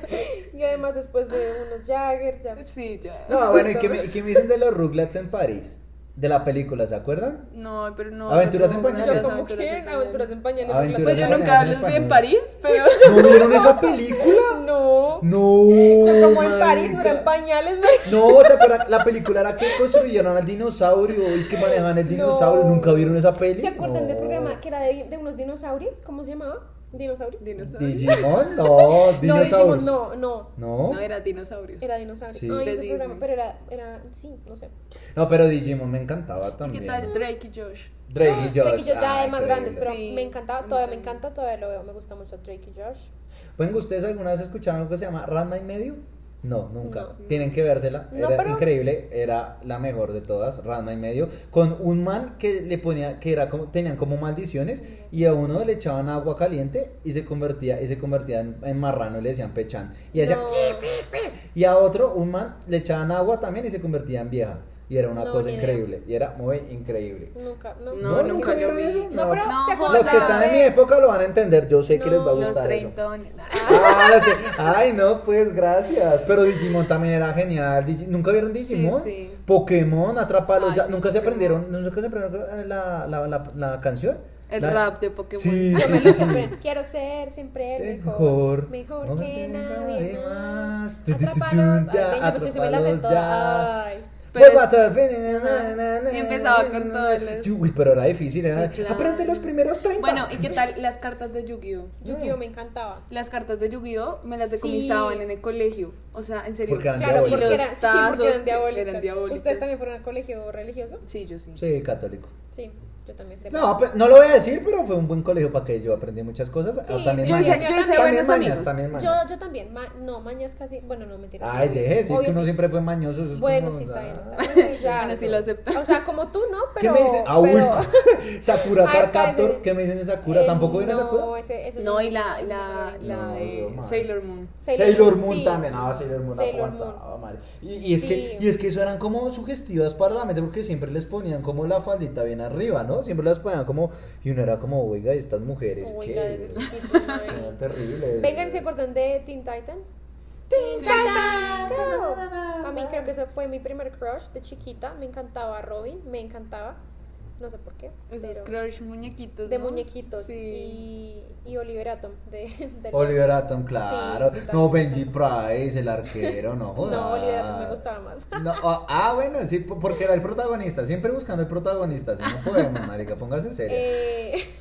S4: Y además después de unos Jagger, ya.
S3: sí, ya.
S5: No, bueno, ¿y qué, me, y qué me dicen de los Rugrats en París? De la película, ¿se acuerdan?
S3: No, pero no.
S5: Aventuras en
S3: no, no,
S5: pañales.
S4: Yo
S3: aventuras
S4: como
S3: en
S4: que
S3: pañales.
S4: aventuras en pañales.
S5: Aventuras
S3: Pues yo
S5: en
S3: nunca
S5: pañales
S3: les vi en
S5: español.
S3: París, pero.
S5: ¿No vieron esa película?
S4: No.
S5: No.
S4: Yo como en París, pero en
S5: marica.
S4: pañales.
S5: No, ¿se acuerdan? La película era que construyeron al dinosaurio y que manejaban el dinosaurio.
S4: No.
S5: ¿Nunca vieron esa peli?
S4: ¿Se acuerdan del
S5: No.
S4: programa que era de, de unos dinosaurios? ¿Cómo se llamaba? ¿Dinosaurio?
S3: Dinosaurio.
S5: ¿Digimon? No,
S4: No,
S5: Oh, dinosaurios.
S4: dijimos no, no.
S5: ¿No?
S3: No era dinosaurio.
S4: Era dinosaurio.
S5: Sí.
S4: Ay,
S3: De
S4: ese
S3: Disney.
S4: programa, pero era, era, sí, no sé.
S5: No, pero Digimon me encantaba
S3: ¿Y
S5: también.
S3: qué tal Drake y Josh?
S5: Drake y Josh.
S4: Drake y Josh ya
S5: ah,
S4: de más
S5: increíble.
S4: grandes, pero
S3: Sí.
S4: me encantaba, todavía me encanta, todavía lo veo, me gusta mucho Drake y Josh.
S5: Bueno, ¿ustedes alguna vez escucharon algo que se llama Ranma y medio? No, nunca.
S4: No.
S5: Tienen que vérsela.
S4: No,
S5: era
S4: pero-
S5: increíble, era la mejor de todas, Ranma y medio, con un man que le ponía que era como tenían como maldiciones y a uno le echaban agua caliente y se convertía y se convertía en, en marrano y le decían pechan y hacía
S4: No.
S5: "Pi, pi, pi", Y a otro, un man, le echaban agua también y se convertía en vieja. Y era una
S4: No,
S5: cosa
S4: ni idea.
S5: increíble. Y era muy increíble.
S4: Nunca, no,
S3: No, nunca lo
S4: vieron
S3: vi.
S4: eso? No,
S3: No,
S4: pero se
S3: joda.
S4: acuerdan
S5: Los que están en mi
S4: de-
S5: época lo van a entender. Yo sé que les va a
S4: No,
S5: gustar
S3: Los
S5: eso.
S3: treintones.
S5: Ah, sí. Ay, no, pues gracias. Pero Digimon también era genial. Digi- ¿Nunca vieron Digimon?
S3: Sí, sí.
S5: Pokémon, Atrápalos.
S3: Ay,
S5: ya-
S3: sí,
S5: ¿Nunca se
S3: Pokémon.
S5: aprendieron, nunca se aprendieron eh, la, la, la, la canción?
S3: El
S5: La-
S3: rap de Pokémon.
S5: Sí,
S4: Yo
S5: sí,
S4: me
S5: sí,
S4: lo
S5: sí.
S4: compré. Quiero ser siempre el
S5: Mejor,
S4: mejor. Mejor
S5: no
S4: que
S5: que nadie
S4: nadie
S5: más.
S4: más.
S5: Tu, tu, tu, tu,
S4: Atrápalos.
S5: ya,
S4: Ay, ven, yo no sé si me las sé
S5: atrápalos,
S4: todas.
S5: ya.
S4: Ay.
S3: Pero
S5: Vuelvo Pues, a
S3: es-
S5: surfear,
S3: Ajá.
S5: na, na, na,
S3: Y empezaba
S5: na,
S3: con
S5: na,
S3: todos
S5: na.
S3: los-
S5: Uy, pero era difícil. Era...
S3: Sí, claro.
S5: Aprende los primeros 30.
S3: Bueno, ¿y qué tal las cartas de Yu-Gi-Oh?
S4: Yu-Gi-Oh me encantaba.
S3: Las cartas de Yu-Gi-Oh me las
S4: Sí.
S3: decomisaban en el colegio. O sea, en serio.
S5: Porque eran
S4: Claro,
S5: diabólicas.
S4: porque,
S3: Y los
S4: eran, sí,
S3: tazos
S4: porque
S3: que
S4: eran diabólicas.
S3: eran diabólicas.
S4: ¿Ustedes también fueron al colegio religioso?
S3: Sí, yo sí.
S5: Sí, católico.
S4: Sí, yo también. de
S5: No,
S4: pronto.
S5: pues, no lo voy a decir, pero fue un buen colegio para que yo aprendí muchas cosas. Ah,
S4: Sí,
S5: también
S4: yo hice-
S5: mañas.
S4: yo hice
S5: también
S3: buenos
S5: mañas,
S3: amigos.
S5: también mañas.
S4: yo, yo también. ma- no, mañas casi. Bueno, no, mentira.
S5: Ay, deje de decir
S4: Obvio
S5: que uno
S4: sí.
S5: siempre fue mañoso. eso es
S4: Bueno,
S5: como-
S4: sí, está bien,
S5: Ah.
S4: está bien. ya.
S3: Bueno, sí lo acepto.
S4: O sea, como tú, ¿no?
S5: ¿Qué
S4: Pero,
S5: me dicen? Ah, uy,
S4: pero-
S5: Sakura
S4: Ah, es que
S5: Carcaptor.
S4: ese-
S5: ¿Qué me dicen de Sakura? ¿Tampoco
S4: Eh,
S5: era Sakura?
S4: No, ese, ese
S3: No,
S4: no.
S3: y la, la, la
S5: No,
S3: de
S5: madre.
S3: Sailor Moon.
S5: Sailor Moon también,
S4: no
S5: ah, Sailor Moon
S4: Sailor
S5: aguantaba,
S4: Moon.
S5: madre. Y, y es
S4: Sí.
S5: que, y es que eso eran como sugestivas para la mente porque siempre les ponían como la faldita bien arriba, ¿no? Siempre las ponían como, y uno era como, oiga, ¿y estas mujeres, que
S4: Oiga, desde chiquito, ¿no?
S5: Eran terribles.
S4: Vengan, ¿se acuerdan de Teen Titans?
S3: Sí.
S4: A mí creo que ese fue mi primer crush de chiquita. Me encantaba Robin, me encantaba. No sé por qué.
S3: Esos
S4: pero-
S3: crush muñequitos.
S4: de
S3: ¿no?
S4: muñequitos.
S3: Sí.
S4: Y, y Oliver Atom. De, de-
S5: Oliver Atom, claro.
S4: Sí,
S5: no, Benji Price, el arquero, no jodas.
S4: No, Oliver Atom me gustaba más.
S5: No, ah, ah, bueno, sí, po- porque era el protagonista. Siempre buscando el protagonista. Si no podemos, marica, póngase serio.
S4: Eh,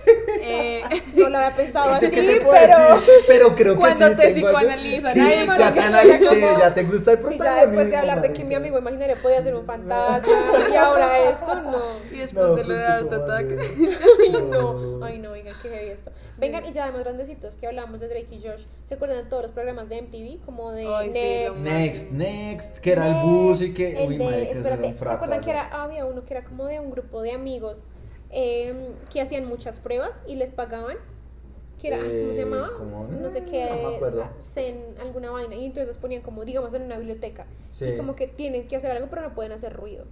S3: Eh,
S4: no lo había pensado así,
S5: Yo qué te puedo
S4: pero.
S5: decir, pero creo que
S3: Cuando
S5: sí
S3: te
S5: tengo algo-
S3: psicoanalizan,
S5: Sí,
S3: ahí,
S5: ya
S3: marica,
S5: te analicé,
S4: como-
S5: ya te gusta el
S4: Si
S5: protagonismo.
S4: ya después de hablar de que mi
S5: marica.
S4: amigo imaginario podía ser un fantasma y ahora esto, no.
S3: y después de lo
S5: pues,
S3: de
S5: qué
S3: Art Attack.
S5: cobarde.
S4: Ay,
S5: No.
S4: no, ay, no, venga, qué heavy esto. Vengan, y ya de más grandecitos que hablamos de Drake y Josh, ¿se acuerdan de todos los programas de MTV? Como de
S3: Ay, sí, lo
S4: Next.
S5: Next,
S3: más.
S5: next, que era el bus y que.
S4: Next,
S5: Uy,
S4: el de-
S5: marica, eso era
S4: espérate,
S5: un
S4: ¿se acuerdan
S5: fracaso.
S4: que era, había uno que era como de un grupo de amigos eh, que hacían muchas pruebas y les pagaban? Que era, ay, ¿Cómo se
S5: Eh,
S4: llamaba?
S5: ¿cómo?
S4: No sé
S5: Mm,
S4: qué,
S5: no me acuerdo.
S4: en alguna vaina. Y entonces los ponían como, digamos, en una biblioteca.
S5: Sí.
S4: Y como que tienen que hacer algo, pero no pueden hacer ruido.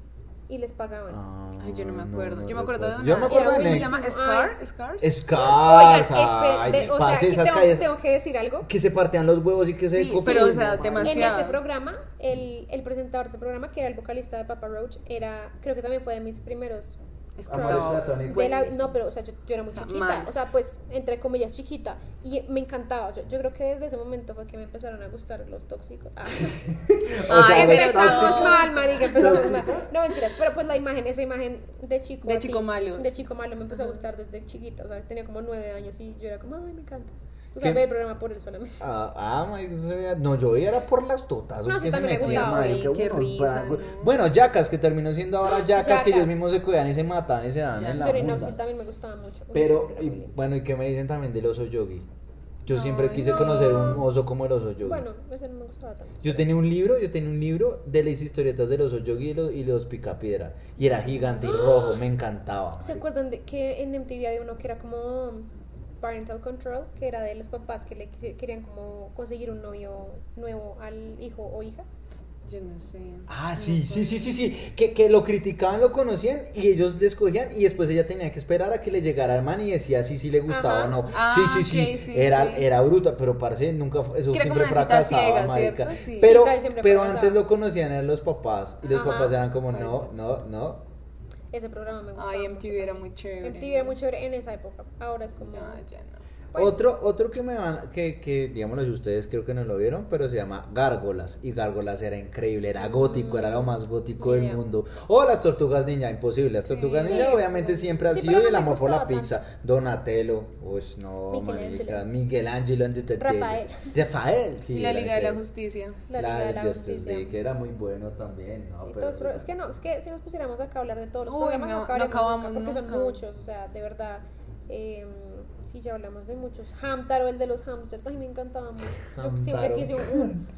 S4: Y les pagaban.
S5: Ah,
S3: Ay, yo no me acuerdo. yo me acuerdo de
S5: recuerdo.
S3: una.
S5: Yo me acuerdo de
S4: Era
S3: ¿Cómo se
S5: Next.
S3: llama?
S4: Ay.
S3: Scar. Scars.
S4: Oigan,
S5: Escars, ay,
S4: espe- de- o sea,
S5: parce,
S4: que
S5: esas
S4: tengo,
S5: calles
S4: tengo que decir algo.
S5: que se partían los huevos y que se
S3: Sí,
S5: copian.
S3: pero, o sea,
S5: No,
S3: temas-
S4: En
S3: demasiado.
S4: ese programa, el, el presentador de ese programa, que era el vocalista de Papa Roach, era, creo que también fue de mis primeros.
S3: Ah, Es que
S5: Amores
S3: estaba-
S5: platónicos.
S4: de la-
S3: Buenísimo.
S4: no, pero, o sea, yo, yo era muy
S3: O sea,
S4: chiquita.
S3: Ah, mal.
S4: O sea, pues, entre comillas, chiquita. Y me encantaba. Yo, yo creo que desde ese momento fue que me empezaron a gustar los tóxicos. Ah.
S5: O sea,
S3: Ay,
S5: los
S3: pero
S4: empezamos
S5: tóxicos.
S3: no.
S4: mal, marica. Empezamos
S5: ¿Tóxico?
S4: mal. No mentiras, pero pues la imagen, esa imagen de chico.
S3: De
S4: así,
S3: chico malo.
S4: De chico malo me empezó a gustar desde chiquita. O sea, tenía como nueve años y yo era como, ay, me encanta. O sea,
S5: ¿Qué?
S4: ve el programa por él solamente.
S5: Ah, ah, marica, eso se veía- No, yo era por las totas.
S4: No,
S5: es
S4: sí,
S5: que se
S4: también le
S5: metían,
S4: gustaba.
S5: marica,
S3: Sí, qué
S5: unos
S3: risa,
S5: brazos.
S3: ¿no?
S5: Bueno, Yacas, que terminó siendo
S4: Ah,
S5: ahora Yacas, que ellos
S4: Jackass.
S5: mismos se cuidan y se matan y se dan en la
S4: Johnny
S5: funda.
S4: Knoxville también me gustaba mucho. Uy,
S5: Pero,
S4: sí, era
S5: y-
S4: muy lindo.
S5: bueno, ¿y qué me dicen también del oso yogi? Yo siempre
S3: Ay,
S5: quise
S4: no.
S5: conocer un oso como el oso yogi.
S4: Bueno, ese no me gustaba tanto.
S5: Yo tenía un libro, yo tenía un libro de las historietas del oso yogi y los, y los picapiedra. Y era gigante y rojo, me encantaba.
S4: ¿Se acuerdan de que en MTV había uno que era como Parental Control, que era de los papás que le quisi- querían como conseguir un novio nuevo al hijo o hija?
S3: Yo no sé.
S5: Ah, sí, sí, sí, sí, sí. Que, que lo criticaban, lo conocían y ellos les cogían y después ella tenía que esperar a que le llegara el man y decía si sí, le gustaba
S4: Ajá.
S5: o no.
S3: Ah,
S5: sí, sí, sí.
S3: ok, sí,
S5: era,
S3: sí.
S5: era bruta, pero parce, nunca fue- eso
S3: Que era como
S5: siempre
S3: una cita
S5: fracasaba,
S3: ciega,
S5: marica.
S3: ¿cierto? Sí.
S5: Pero,
S4: Sí, casi siempre
S5: pero
S4: fracasaba.
S5: antes lo conocían eran los papás y los
S4: Ajá.
S5: papás eran como no, no, no.
S4: Ese programa me gustaba.
S3: Ay,
S4: mucho
S3: MTV era
S4: también.
S3: muy chévere.
S4: MTV era muy chévere en esa época. Ahora es como.
S3: No, ya no.
S4: pues,
S5: otro, otro que me van, que, que digámoslo si ustedes creo que no lo vieron, pero se llama Gárgolas. Y Gárgolas era increíble, era gótico, era
S4: Mm,
S5: lo más gótico del
S4: Yeah.
S5: mundo. O las tortugas ninja, imposible. Las tortugas
S4: Sí.
S5: ninja obviamente siempre han
S4: Sí,
S5: sido
S4: pero no
S5: el
S4: me
S5: amor por la
S4: gustaba tanto.
S5: pizza. Donatello, uy, no,
S4: Michelangelo.
S5: marica, Miguel Ángel, antes de-
S4: Rafael.
S5: Rafael, sí.
S3: Y la
S5: era
S3: Liga de la
S5: increíble.
S3: Justicia.
S4: La Liga de la
S5: Justice
S4: Justicia.
S5: League, que era muy bueno también, ¿no?
S4: sí,
S5: Pero-
S4: todos pro- es que no, es que si nos pusiéramos acá a hablar de todos los
S3: Uy,
S4: programas,
S3: no, no
S4: acabaríamos
S3: acabamos
S4: nunca, porque
S3: nunca.
S4: son muchos, o sea, de verdad. Eh, sí, ya hablamos de muchos. Hamtaro, el de los hamsters, ay, me encantaba mucho. Yo
S5: Hamtaro.
S4: siempre quise un. un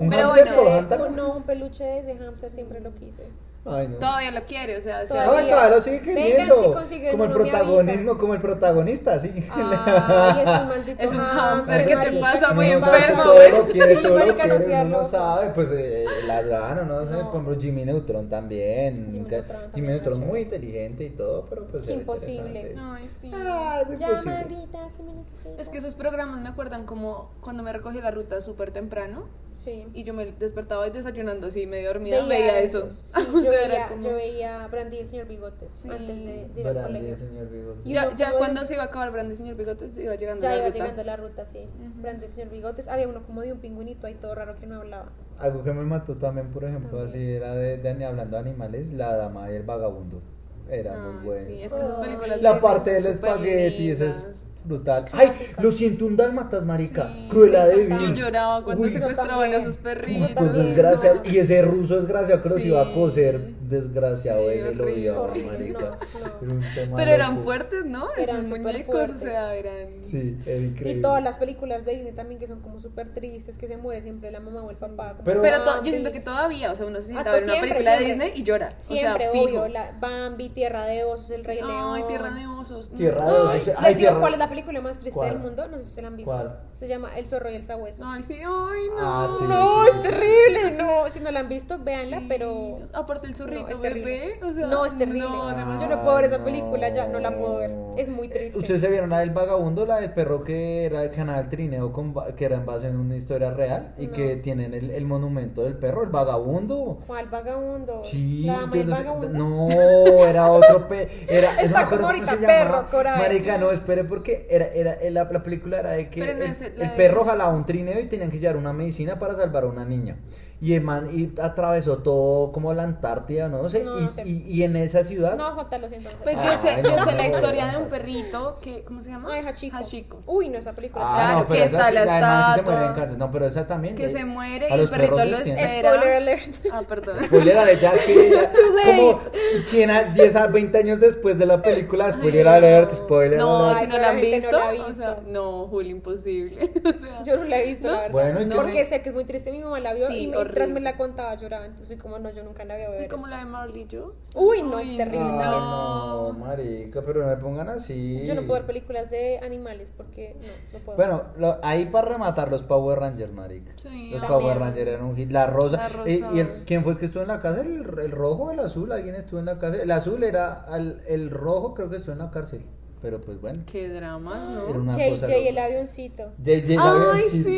S5: ¿Un
S3: Pero
S5: hámster
S3: bueno,
S5: o
S4: Eh,
S5: hámster?
S4: no, un peluche de ese hamster siempre lo quise.
S5: Ay, no.
S3: Todavía lo quiere, o sea, se
S4: Todavía.
S5: Ay,
S3: olvida.
S5: todavía lo sigue
S4: Vengan,
S5: queriendo.
S4: si consiguen
S5: como el
S4: uno, me
S5: protagonismo,
S4: avisan.
S5: como el protagonista, sí.
S4: Ay, es un maldito
S3: Es un
S4: hámster,
S3: hámster, ¿qué te
S4: marica.
S3: pasa? Muy
S5: No, o sea,
S3: enfermo,
S5: todo
S3: güey.
S5: lo quiere,
S4: Sí,
S5: todo lo
S4: marica, no
S5: quiere,
S4: sea
S5: uno no
S4: loco.
S5: sabe, pues eh, la gana, no sé,
S4: No.
S5: por ejemplo Jimmy Neutron también,
S4: Jimmy
S5: nunca-
S4: Neutron también
S5: Jimmy
S4: era
S5: Neutron
S4: chévere.
S5: muy inteligente y todo, pero pues era
S4: Imposible.
S5: interesante.
S3: Ay, Pues sí.
S5: Ah, es
S4: Llama,
S5: imposible.
S4: grita, si me necesitas.
S3: Es que esos programas me acuerdan como cuando me recogí la ruta súper temprano
S4: Sí.
S3: y yo me despertaba y desayunando así medio dormida, veía, eso.
S4: esos. Sí,
S3: O
S4: yo,
S3: sea,
S4: veía,
S3: era como-
S4: yo veía Brandy y el señor Bigotes
S3: Sí.
S4: antes de, de ir al
S5: Brandy,
S4: colegio.
S5: el señor Bigotes.
S4: Y
S3: Ya,
S4: uno
S3: ya
S4: como-
S3: cuando se iba a acabar Brandy Señor Bigotes, iba llegando
S4: Ya
S3: la
S4: iba
S3: ruta.
S4: llegando la ruta, sí. Brandy el señor Bigotes. Había uno como de un pingüinito ahí todo raro que no hablaba.
S5: Algo que me mató también, por ejemplo,
S4: También.
S5: así era de, de ni hablando de animales, la dama y el vagabundo. Era muy
S3: Ay,
S5: bueno.
S3: Sí, es que esas películas
S5: La
S3: de
S5: parte del
S3: Disney son
S5: espagueti, esa
S3: superlindas.
S5: es brutal. ¡Ay! Lo siento, un dálmatas, marica. Cruela de
S3: Yo
S5: Vil.
S3: lloraba cuando
S5: Uy,
S3: secuestraban a
S4: también.
S3: sus
S5: putos
S3: perritos.
S5: desgraciados. Pues Y ese ruso desgraciado que los
S3: Sí.
S5: iba a coser, desgraciado
S3: Sí,
S5: ese lo
S3: horrible.
S5: odiaba,
S4: Horrible,
S5: marica.
S4: no,
S5: Era un tema
S3: Pero eran
S5: loco.
S3: fuertes, ¿no?
S4: Eran
S3: Esos
S4: súper
S3: muñecos, o
S4: fuertes.
S3: sea, eran...
S5: Sí, era increíble.
S4: Y todas las películas de Disney también que son como súper tristes, que se muere siempre la mamá o el papá. como
S5: Pero-
S3: Pero to- yo
S4: Bambi.
S3: siento que todavía, o sea, uno se sienta
S4: Ah,
S3: a ver una
S4: siempre,
S3: película de
S4: siempre.
S3: Disney y llora.
S4: Siempre,
S3: o sea, fijo.
S4: obvio, la Bambi, Tierra de Osos, El Rey León.
S3: Ay, Tierra de Mm. Osos. no.
S5: Tierra de
S4: Ay,
S5: Osos. Ay,
S4: ¿Les digo
S5: Tierra-
S4: cuál es la película más triste
S5: ¿Cuál?
S4: del mundo? No sé si se la han visto.
S5: ¿Cuál?
S4: Se llama El Zorro y el Sabueso.
S3: Ay, sí, ay, no.
S5: Ah, sí.
S4: No,
S5: sí,
S4: es
S5: sí, sí.
S4: terrible, no. Si no la han visto, véanla, pero.
S3: Aparte el zorrito,
S4: No, es terrible.
S3: bebé. O sea,
S4: No, es terrible.
S3: demasiado.
S4: Yo no puedo ver esa película, ya, no la puedo ver. Es muy triste.
S5: Eh, ¿Ustedes se vieron la del vagabundo, la del perro que era el canal Trineo, con ba- que era en base en una historia real y que tienen el, el monumento del perro, el vagabundo?
S4: ¿Cuál vagabundo?
S3: Pues,
S5: Sí,
S4: la dama
S5: yo
S4: del
S5: no sé-
S4: vagabundo.
S5: No, era otro perro. Era, no
S4: Está
S5: me
S4: como
S5: acuerdo cómo
S4: ahorita,
S5: se llamaba.
S4: perro, coral.
S5: Marica, no, espere, porque era, era, eh, la, la película era de que
S3: Pero no
S5: el,
S3: es la
S5: el
S3: de-
S5: perro jalaba un trineo y tenían que llevar una medicina para salvar a una niña. Y el man y atravesó todo como la Antártida, no sé.
S4: No,
S5: y,
S4: no sé.
S5: y- y en esa ciudad.
S4: No, Jota, lo siento. no sé.
S3: Pues yo sé,
S5: Ay,
S3: yo
S5: no,
S3: sé la
S5: no,
S3: historia
S5: no.
S3: de un perrito que, ¿cómo se llama?
S4: Ay, Hachiko.
S3: Hachiko.
S4: Uy, no, esa película
S5: Ah,
S4: está.
S3: Claro,
S5: no, pero
S3: que
S5: esa
S3: está
S5: sí,
S3: la
S5: del man que se
S3: estatua.
S5: muere en cáncer. No, pero esa también.
S3: Que
S5: de-
S3: se muere
S5: a
S3: y el
S5: los
S3: perrito
S5: perros
S3: lo
S5: les tienen-
S3: espera.
S4: Spoiler alert.
S3: Ah, perdón.
S5: Spoiler alert, ya que ya-
S4: late.
S5: como 100 a- 10 a 20 años después de la película, spoiler alert, spoiler
S3: No,
S5: alert.
S3: si no la han
S4: Ay, pero la
S3: visto.
S4: gente no la ha
S3: O sea,
S4: visto.
S3: no, Juli, imposible. O sea,
S4: Yo no la he visto, la verdad.
S5: Bueno, yo
S4: Porque
S5: me-
S4: sé que es muy triste. Mi mamá la vio
S3: Sí,
S4: y mientras
S3: horrible.
S4: me la contaba lloraba. Entonces fui como, no, yo nunca la voy a ver.
S3: como
S4: eso.
S3: la de Marley yo.
S4: Uy, no, es
S3: Uy,
S5: Ay,
S4: terrible.
S5: Ah, no, marica, pero no me pongan así.
S4: Yo no puedo ver películas de animales porque no, no puedo.
S5: Bueno, lo- ahí para rematar los Power Rangers, marica.
S3: Sí,
S5: los
S3: también.
S5: Power Rangers eran un hit. La rosa.
S3: La rosa.
S5: Eh, ¿Y el- quién fue el que estuvo en la cárcel? ¿El, el rojo o el azul? ¿Alguien estuvo en la cárcel? El azul era al- el rojo, creo que estuvo en la cárcel. Pero pues bueno,
S3: Qué dramas,
S5: era
S3: ¿no?
S5: una cosa.
S4: JJ el
S5: loca.
S4: avioncito.
S5: JJ el
S3: Ay,
S5: avioncito.
S3: sí.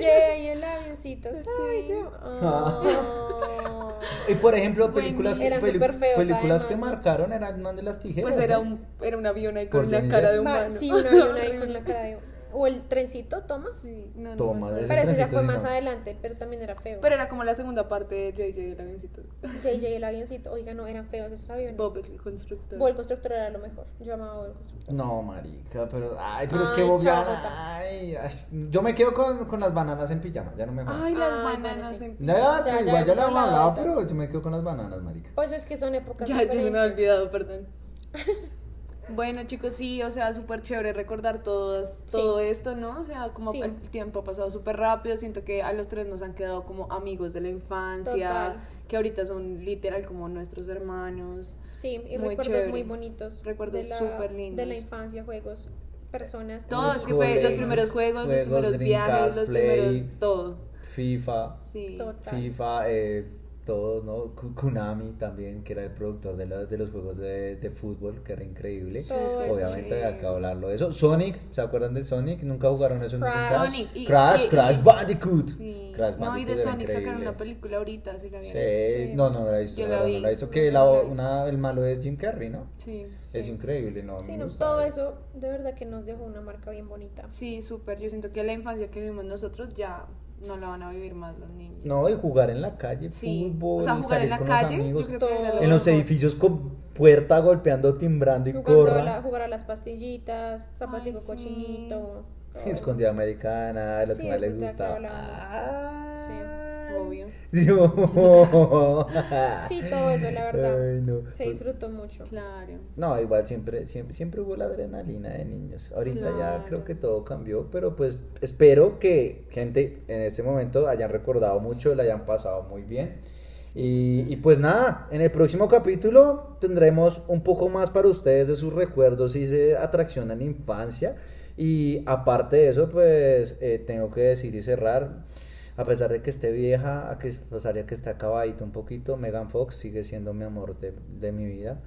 S4: JJ el avioncito. Soy
S3: Sí.
S4: yo.
S5: Ah.
S4: Ah.
S5: Y por ejemplo, películas,
S4: Uy, eran
S5: que, peli-
S4: súper feos,
S5: películas
S4: además,
S5: que
S4: ¿no?
S5: marcaron era el man de las tijeras.
S3: Pues era
S5: ¿no?
S3: un, era un avión ahí con
S5: Por
S3: una
S5: Johnny
S3: cara de
S5: Depp.
S4: Va,
S3: humano.
S4: sí, un avión ahí con la cara de. O el trencito, Thomas.
S3: Sí, no, no me
S5: Toma,
S3: acuerdo.
S5: ese-
S4: Pero eso ya
S5: trencito
S4: fue
S5: sí,
S4: más
S5: no.
S4: adelante, pero también era feo.
S3: Pero era como la segunda parte de JJ el avioncito.
S4: JJ el avioncito, oiga, no, eran feos esos aviones.
S3: Bob el constructor.
S4: Bob el constructor era lo mejor. Yo amaba Bob el constructor.
S5: No, marica, pero. Ay, pero es
S4: Ay,
S5: que Bob
S4: chao,
S5: ya-
S4: Jota.
S5: ay, ay, yo me quedo con, con las bananas en pijama, ya no me jodas.
S3: Ay, las
S4: Ah,
S3: bananas
S4: bueno, sí.
S3: en pi-
S5: Ya, ya,
S4: ya,
S5: pues,
S4: ya
S5: igual ya
S4: hemos
S5: la hemos
S4: hablado de
S5: hablado,
S4: esas.
S5: pero yo me quedo con las bananas, marica.
S4: Pues es que son épocas.
S3: Ya, ya se me
S4: diferentes.
S3: había olvidado, perdón. Bueno, chicos, sí, o sea, súper chévere recordar todas, todo esto, ¿no? O sea, como
S4: Sí.
S3: el tiempo ha pasado súper rápido, siento que a los tres nos han quedado como amigos de la infancia,
S4: Total.
S3: que ahorita son literal como nuestros hermanos.
S4: Sí, y
S3: Muy
S4: recuerdos
S3: chévere.
S4: muy bonitos.
S3: Recuerdos
S4: de la-
S3: súper lindos.
S4: De la infancia, juegos, personas.
S3: Todo, es
S5: Los
S3: que fue los
S5: colegios,
S3: primeros juegos,
S5: juegos,
S3: los primeros
S5: Dreamcast,
S3: viajes, los
S5: Play.
S3: primeros todo.
S5: FIFA,
S3: Sí.
S4: Total.
S5: FIFA, eh, todo, ¿no? Ku- Konami también, que era el productor de, la- de los juegos de, de fútbol, que era increíble.
S4: Todo eso,
S5: Obviamente,
S4: sí.
S5: acabo de hablarlo de eso. Sonic, ¿se acuerdan de Sonic? Nunca jugaron eso en
S4: Crash.
S5: Dreamcast?
S3: Sonic y-
S5: Crash,
S3: y- y-
S5: Crash Bandicoot.
S3: Sí.
S5: Crash
S3: No, y
S5: Bandicoot
S3: de
S5: era
S3: Sonic sacaron
S5: increíble.
S3: una película ahorita, sí la
S5: Sí,
S3: vieron.
S4: Sí.
S5: no, no me la he visto,
S3: Yo
S5: la
S3: la
S5: verdad,
S3: vi.
S5: no la he visto. Que
S4: No
S5: la-
S4: la he visto.
S5: una- el malo es Jim Carrey, ¿no?
S3: Sí.
S5: Es increíble, ¿no?
S4: Sí,
S5: me
S4: no,
S5: gusta.
S4: todo eso de verdad que nos dejó una marca bien bonita.
S3: Sí, súper. Yo siento que la infancia que vivimos nosotros ya no la van a vivir más los niños.
S5: No, y jugar en la calle,
S3: Sí.
S5: fútbol,
S3: o sea,
S5: y
S3: jugar en
S5: salir
S3: la
S5: con
S3: calle,
S5: los amigos,
S3: yo creo que era lo
S5: en los
S3: mejor.
S5: edificios con puerta golpeando, timbrando y
S4: Jugando a
S5: corra.
S4: la- jugar a las pastillitas, zapatico
S3: Ay, sí.
S4: cochinito.
S5: Escondida americana, lo
S4: Sí,
S5: que más
S4: eso
S5: les
S4: ya que
S5: gustaba.
S4: hablamos.
S5: Ay.
S3: Obvio.
S5: Dios.
S4: Sí, todo eso, la verdad.
S5: Ay, no. Pues
S4: Se disfrutó mucho.
S3: Claro.
S5: No, igual siempre, siempre, siempre hubo la adrenalina de niños. Ahorita ya
S3: Claro.
S5: creo que todo cambió, pero pues espero que gente en este momento hayan recordado mucho, la hayan pasado muy bien. Y, y pues nada, en el próximo capítulo tendremos un poco más para ustedes de sus recuerdos y de atracción en la infancia. Y aparte de eso, pues eh, tengo que decir y cerrar, a pesar de que esté vieja, a, que, a pesar de que está acabadito un poquito, Megan Fox sigue siendo mi amor de, de mi vida.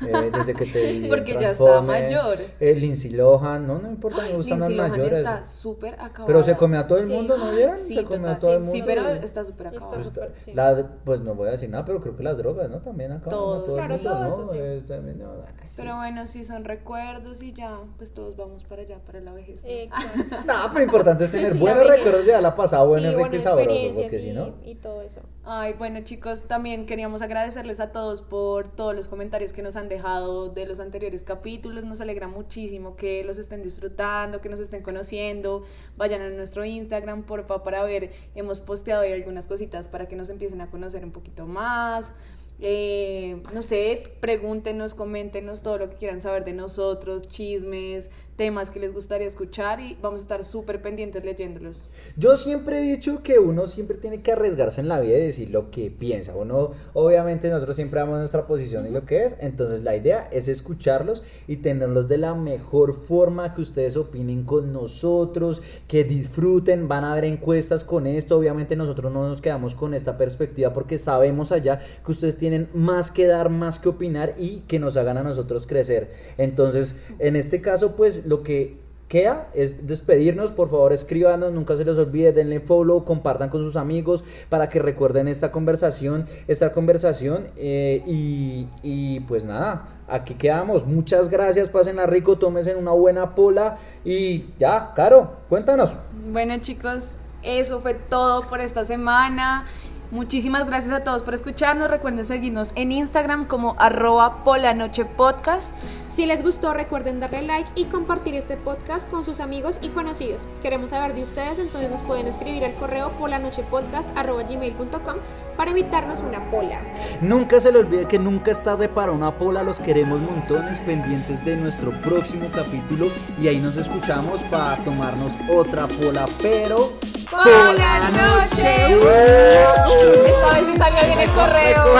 S5: Eh, desde que te vi en
S3: Porque ya está
S5: Transformers,
S3: mayor.
S5: eh, Lindsay Lohan, no, no me importa, me gustan
S3: Lindsay
S5: las
S3: Lohan
S5: mayores.
S3: está súper acabada.
S5: Pero se come a todo el
S4: Sí.
S5: mundo, ¿no vieron?
S3: Sí,
S5: se come
S3: total,
S5: a todo
S3: sí.
S5: el mundo.
S3: Sí, pero está súper acabada.
S4: Está-
S5: Pues,
S4: Sí.
S5: la- pues no voy a decir nada, pero creo que las drogas, ¿no? También acaban
S3: Todo,
S5: a todo el
S3: claro,
S5: mundo,
S4: todo
S5: ¿no?
S4: eso sí.
S5: Eh, también, no, ay, sí.
S3: Pero bueno, si son recuerdos y ya, pues todos vamos para allá, para la vejez. ¿no?
S4: Eh, Exacto.
S5: Nah, pero importante es tener buenos
S4: vejez.
S5: recuerdos de la pasado, bueno,
S4: sí,
S5: rico y
S4: buenas
S5: sabroso,
S4: experiencias
S5: porque si
S4: y-
S5: no...
S4: y todo eso.
S3: Ay, bueno chicos, también queríamos agradecerles a todos por todos los comentarios que nos han dejado de los anteriores capítulos. Nos alegra muchísimo que los estén disfrutando, que nos estén conociendo. Vayan a nuestro Instagram, porfa, para ver. Hemos posteado ahí algunas cositas para que nos empiecen a conocer un poquito más. Eh, no sé, pregúntenos, coméntenos todo lo que quieran saber de nosotros, chismes, temas que les gustaría escuchar y vamos a estar súper pendientes leyéndolos.
S5: Yo siempre he dicho que uno siempre tiene que arriesgarse en la vida y decir lo que piensa. Uno, obviamente, nosotros siempre damos nuestra posición y lo que es. Entonces, la idea es escucharlos y tenerlos de la mejor forma que ustedes opinen con nosotros, que disfruten. Van a haber encuestas con esto. Obviamente, nosotros no nos quedamos con esta perspectiva porque sabemos allá que ustedes tienen más que dar, más que opinar y que nos hagan a nosotros crecer. Entonces, en este caso, pues lo que queda es despedirnos. Por favor, escríbanos, nunca se les olvide, denle follow, compartan con sus amigos para que recuerden esta conversación, esta conversación. eh, y, y pues nada, aquí quedamos. Muchas gracias, pásenla rico, tómense una buena pola y ya, Caro, cuéntanos.
S3: Bueno chicos, eso fue todo por esta semana. Muchísimas gracias a todos por escucharnos. Recuerden seguirnos en Instagram como arroba polanochepodcast.
S4: Si les gustó, recuerden darle like y compartir este podcast con sus amigos y conocidos. Queremos saber de ustedes, entonces nos pueden escribir al correo polanochepodcast.com para invitarnos una pola.
S5: Nunca se le olvide que nunca es tarde para una pola, los queremos montones pendientes de nuestro próximo capítulo y ahí nos escuchamos para tomarnos otra pola, pero...
S3: ¡Pola noche! Esta vez sí salió bien el correo.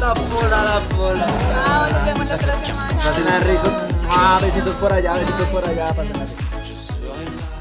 S5: la pola, la pola.
S3: Chao, nos vemos la otra semana.
S5: Pásenla rico. Ah, besitos por allá, besitos por allá. pásenla rico.
S6: just lying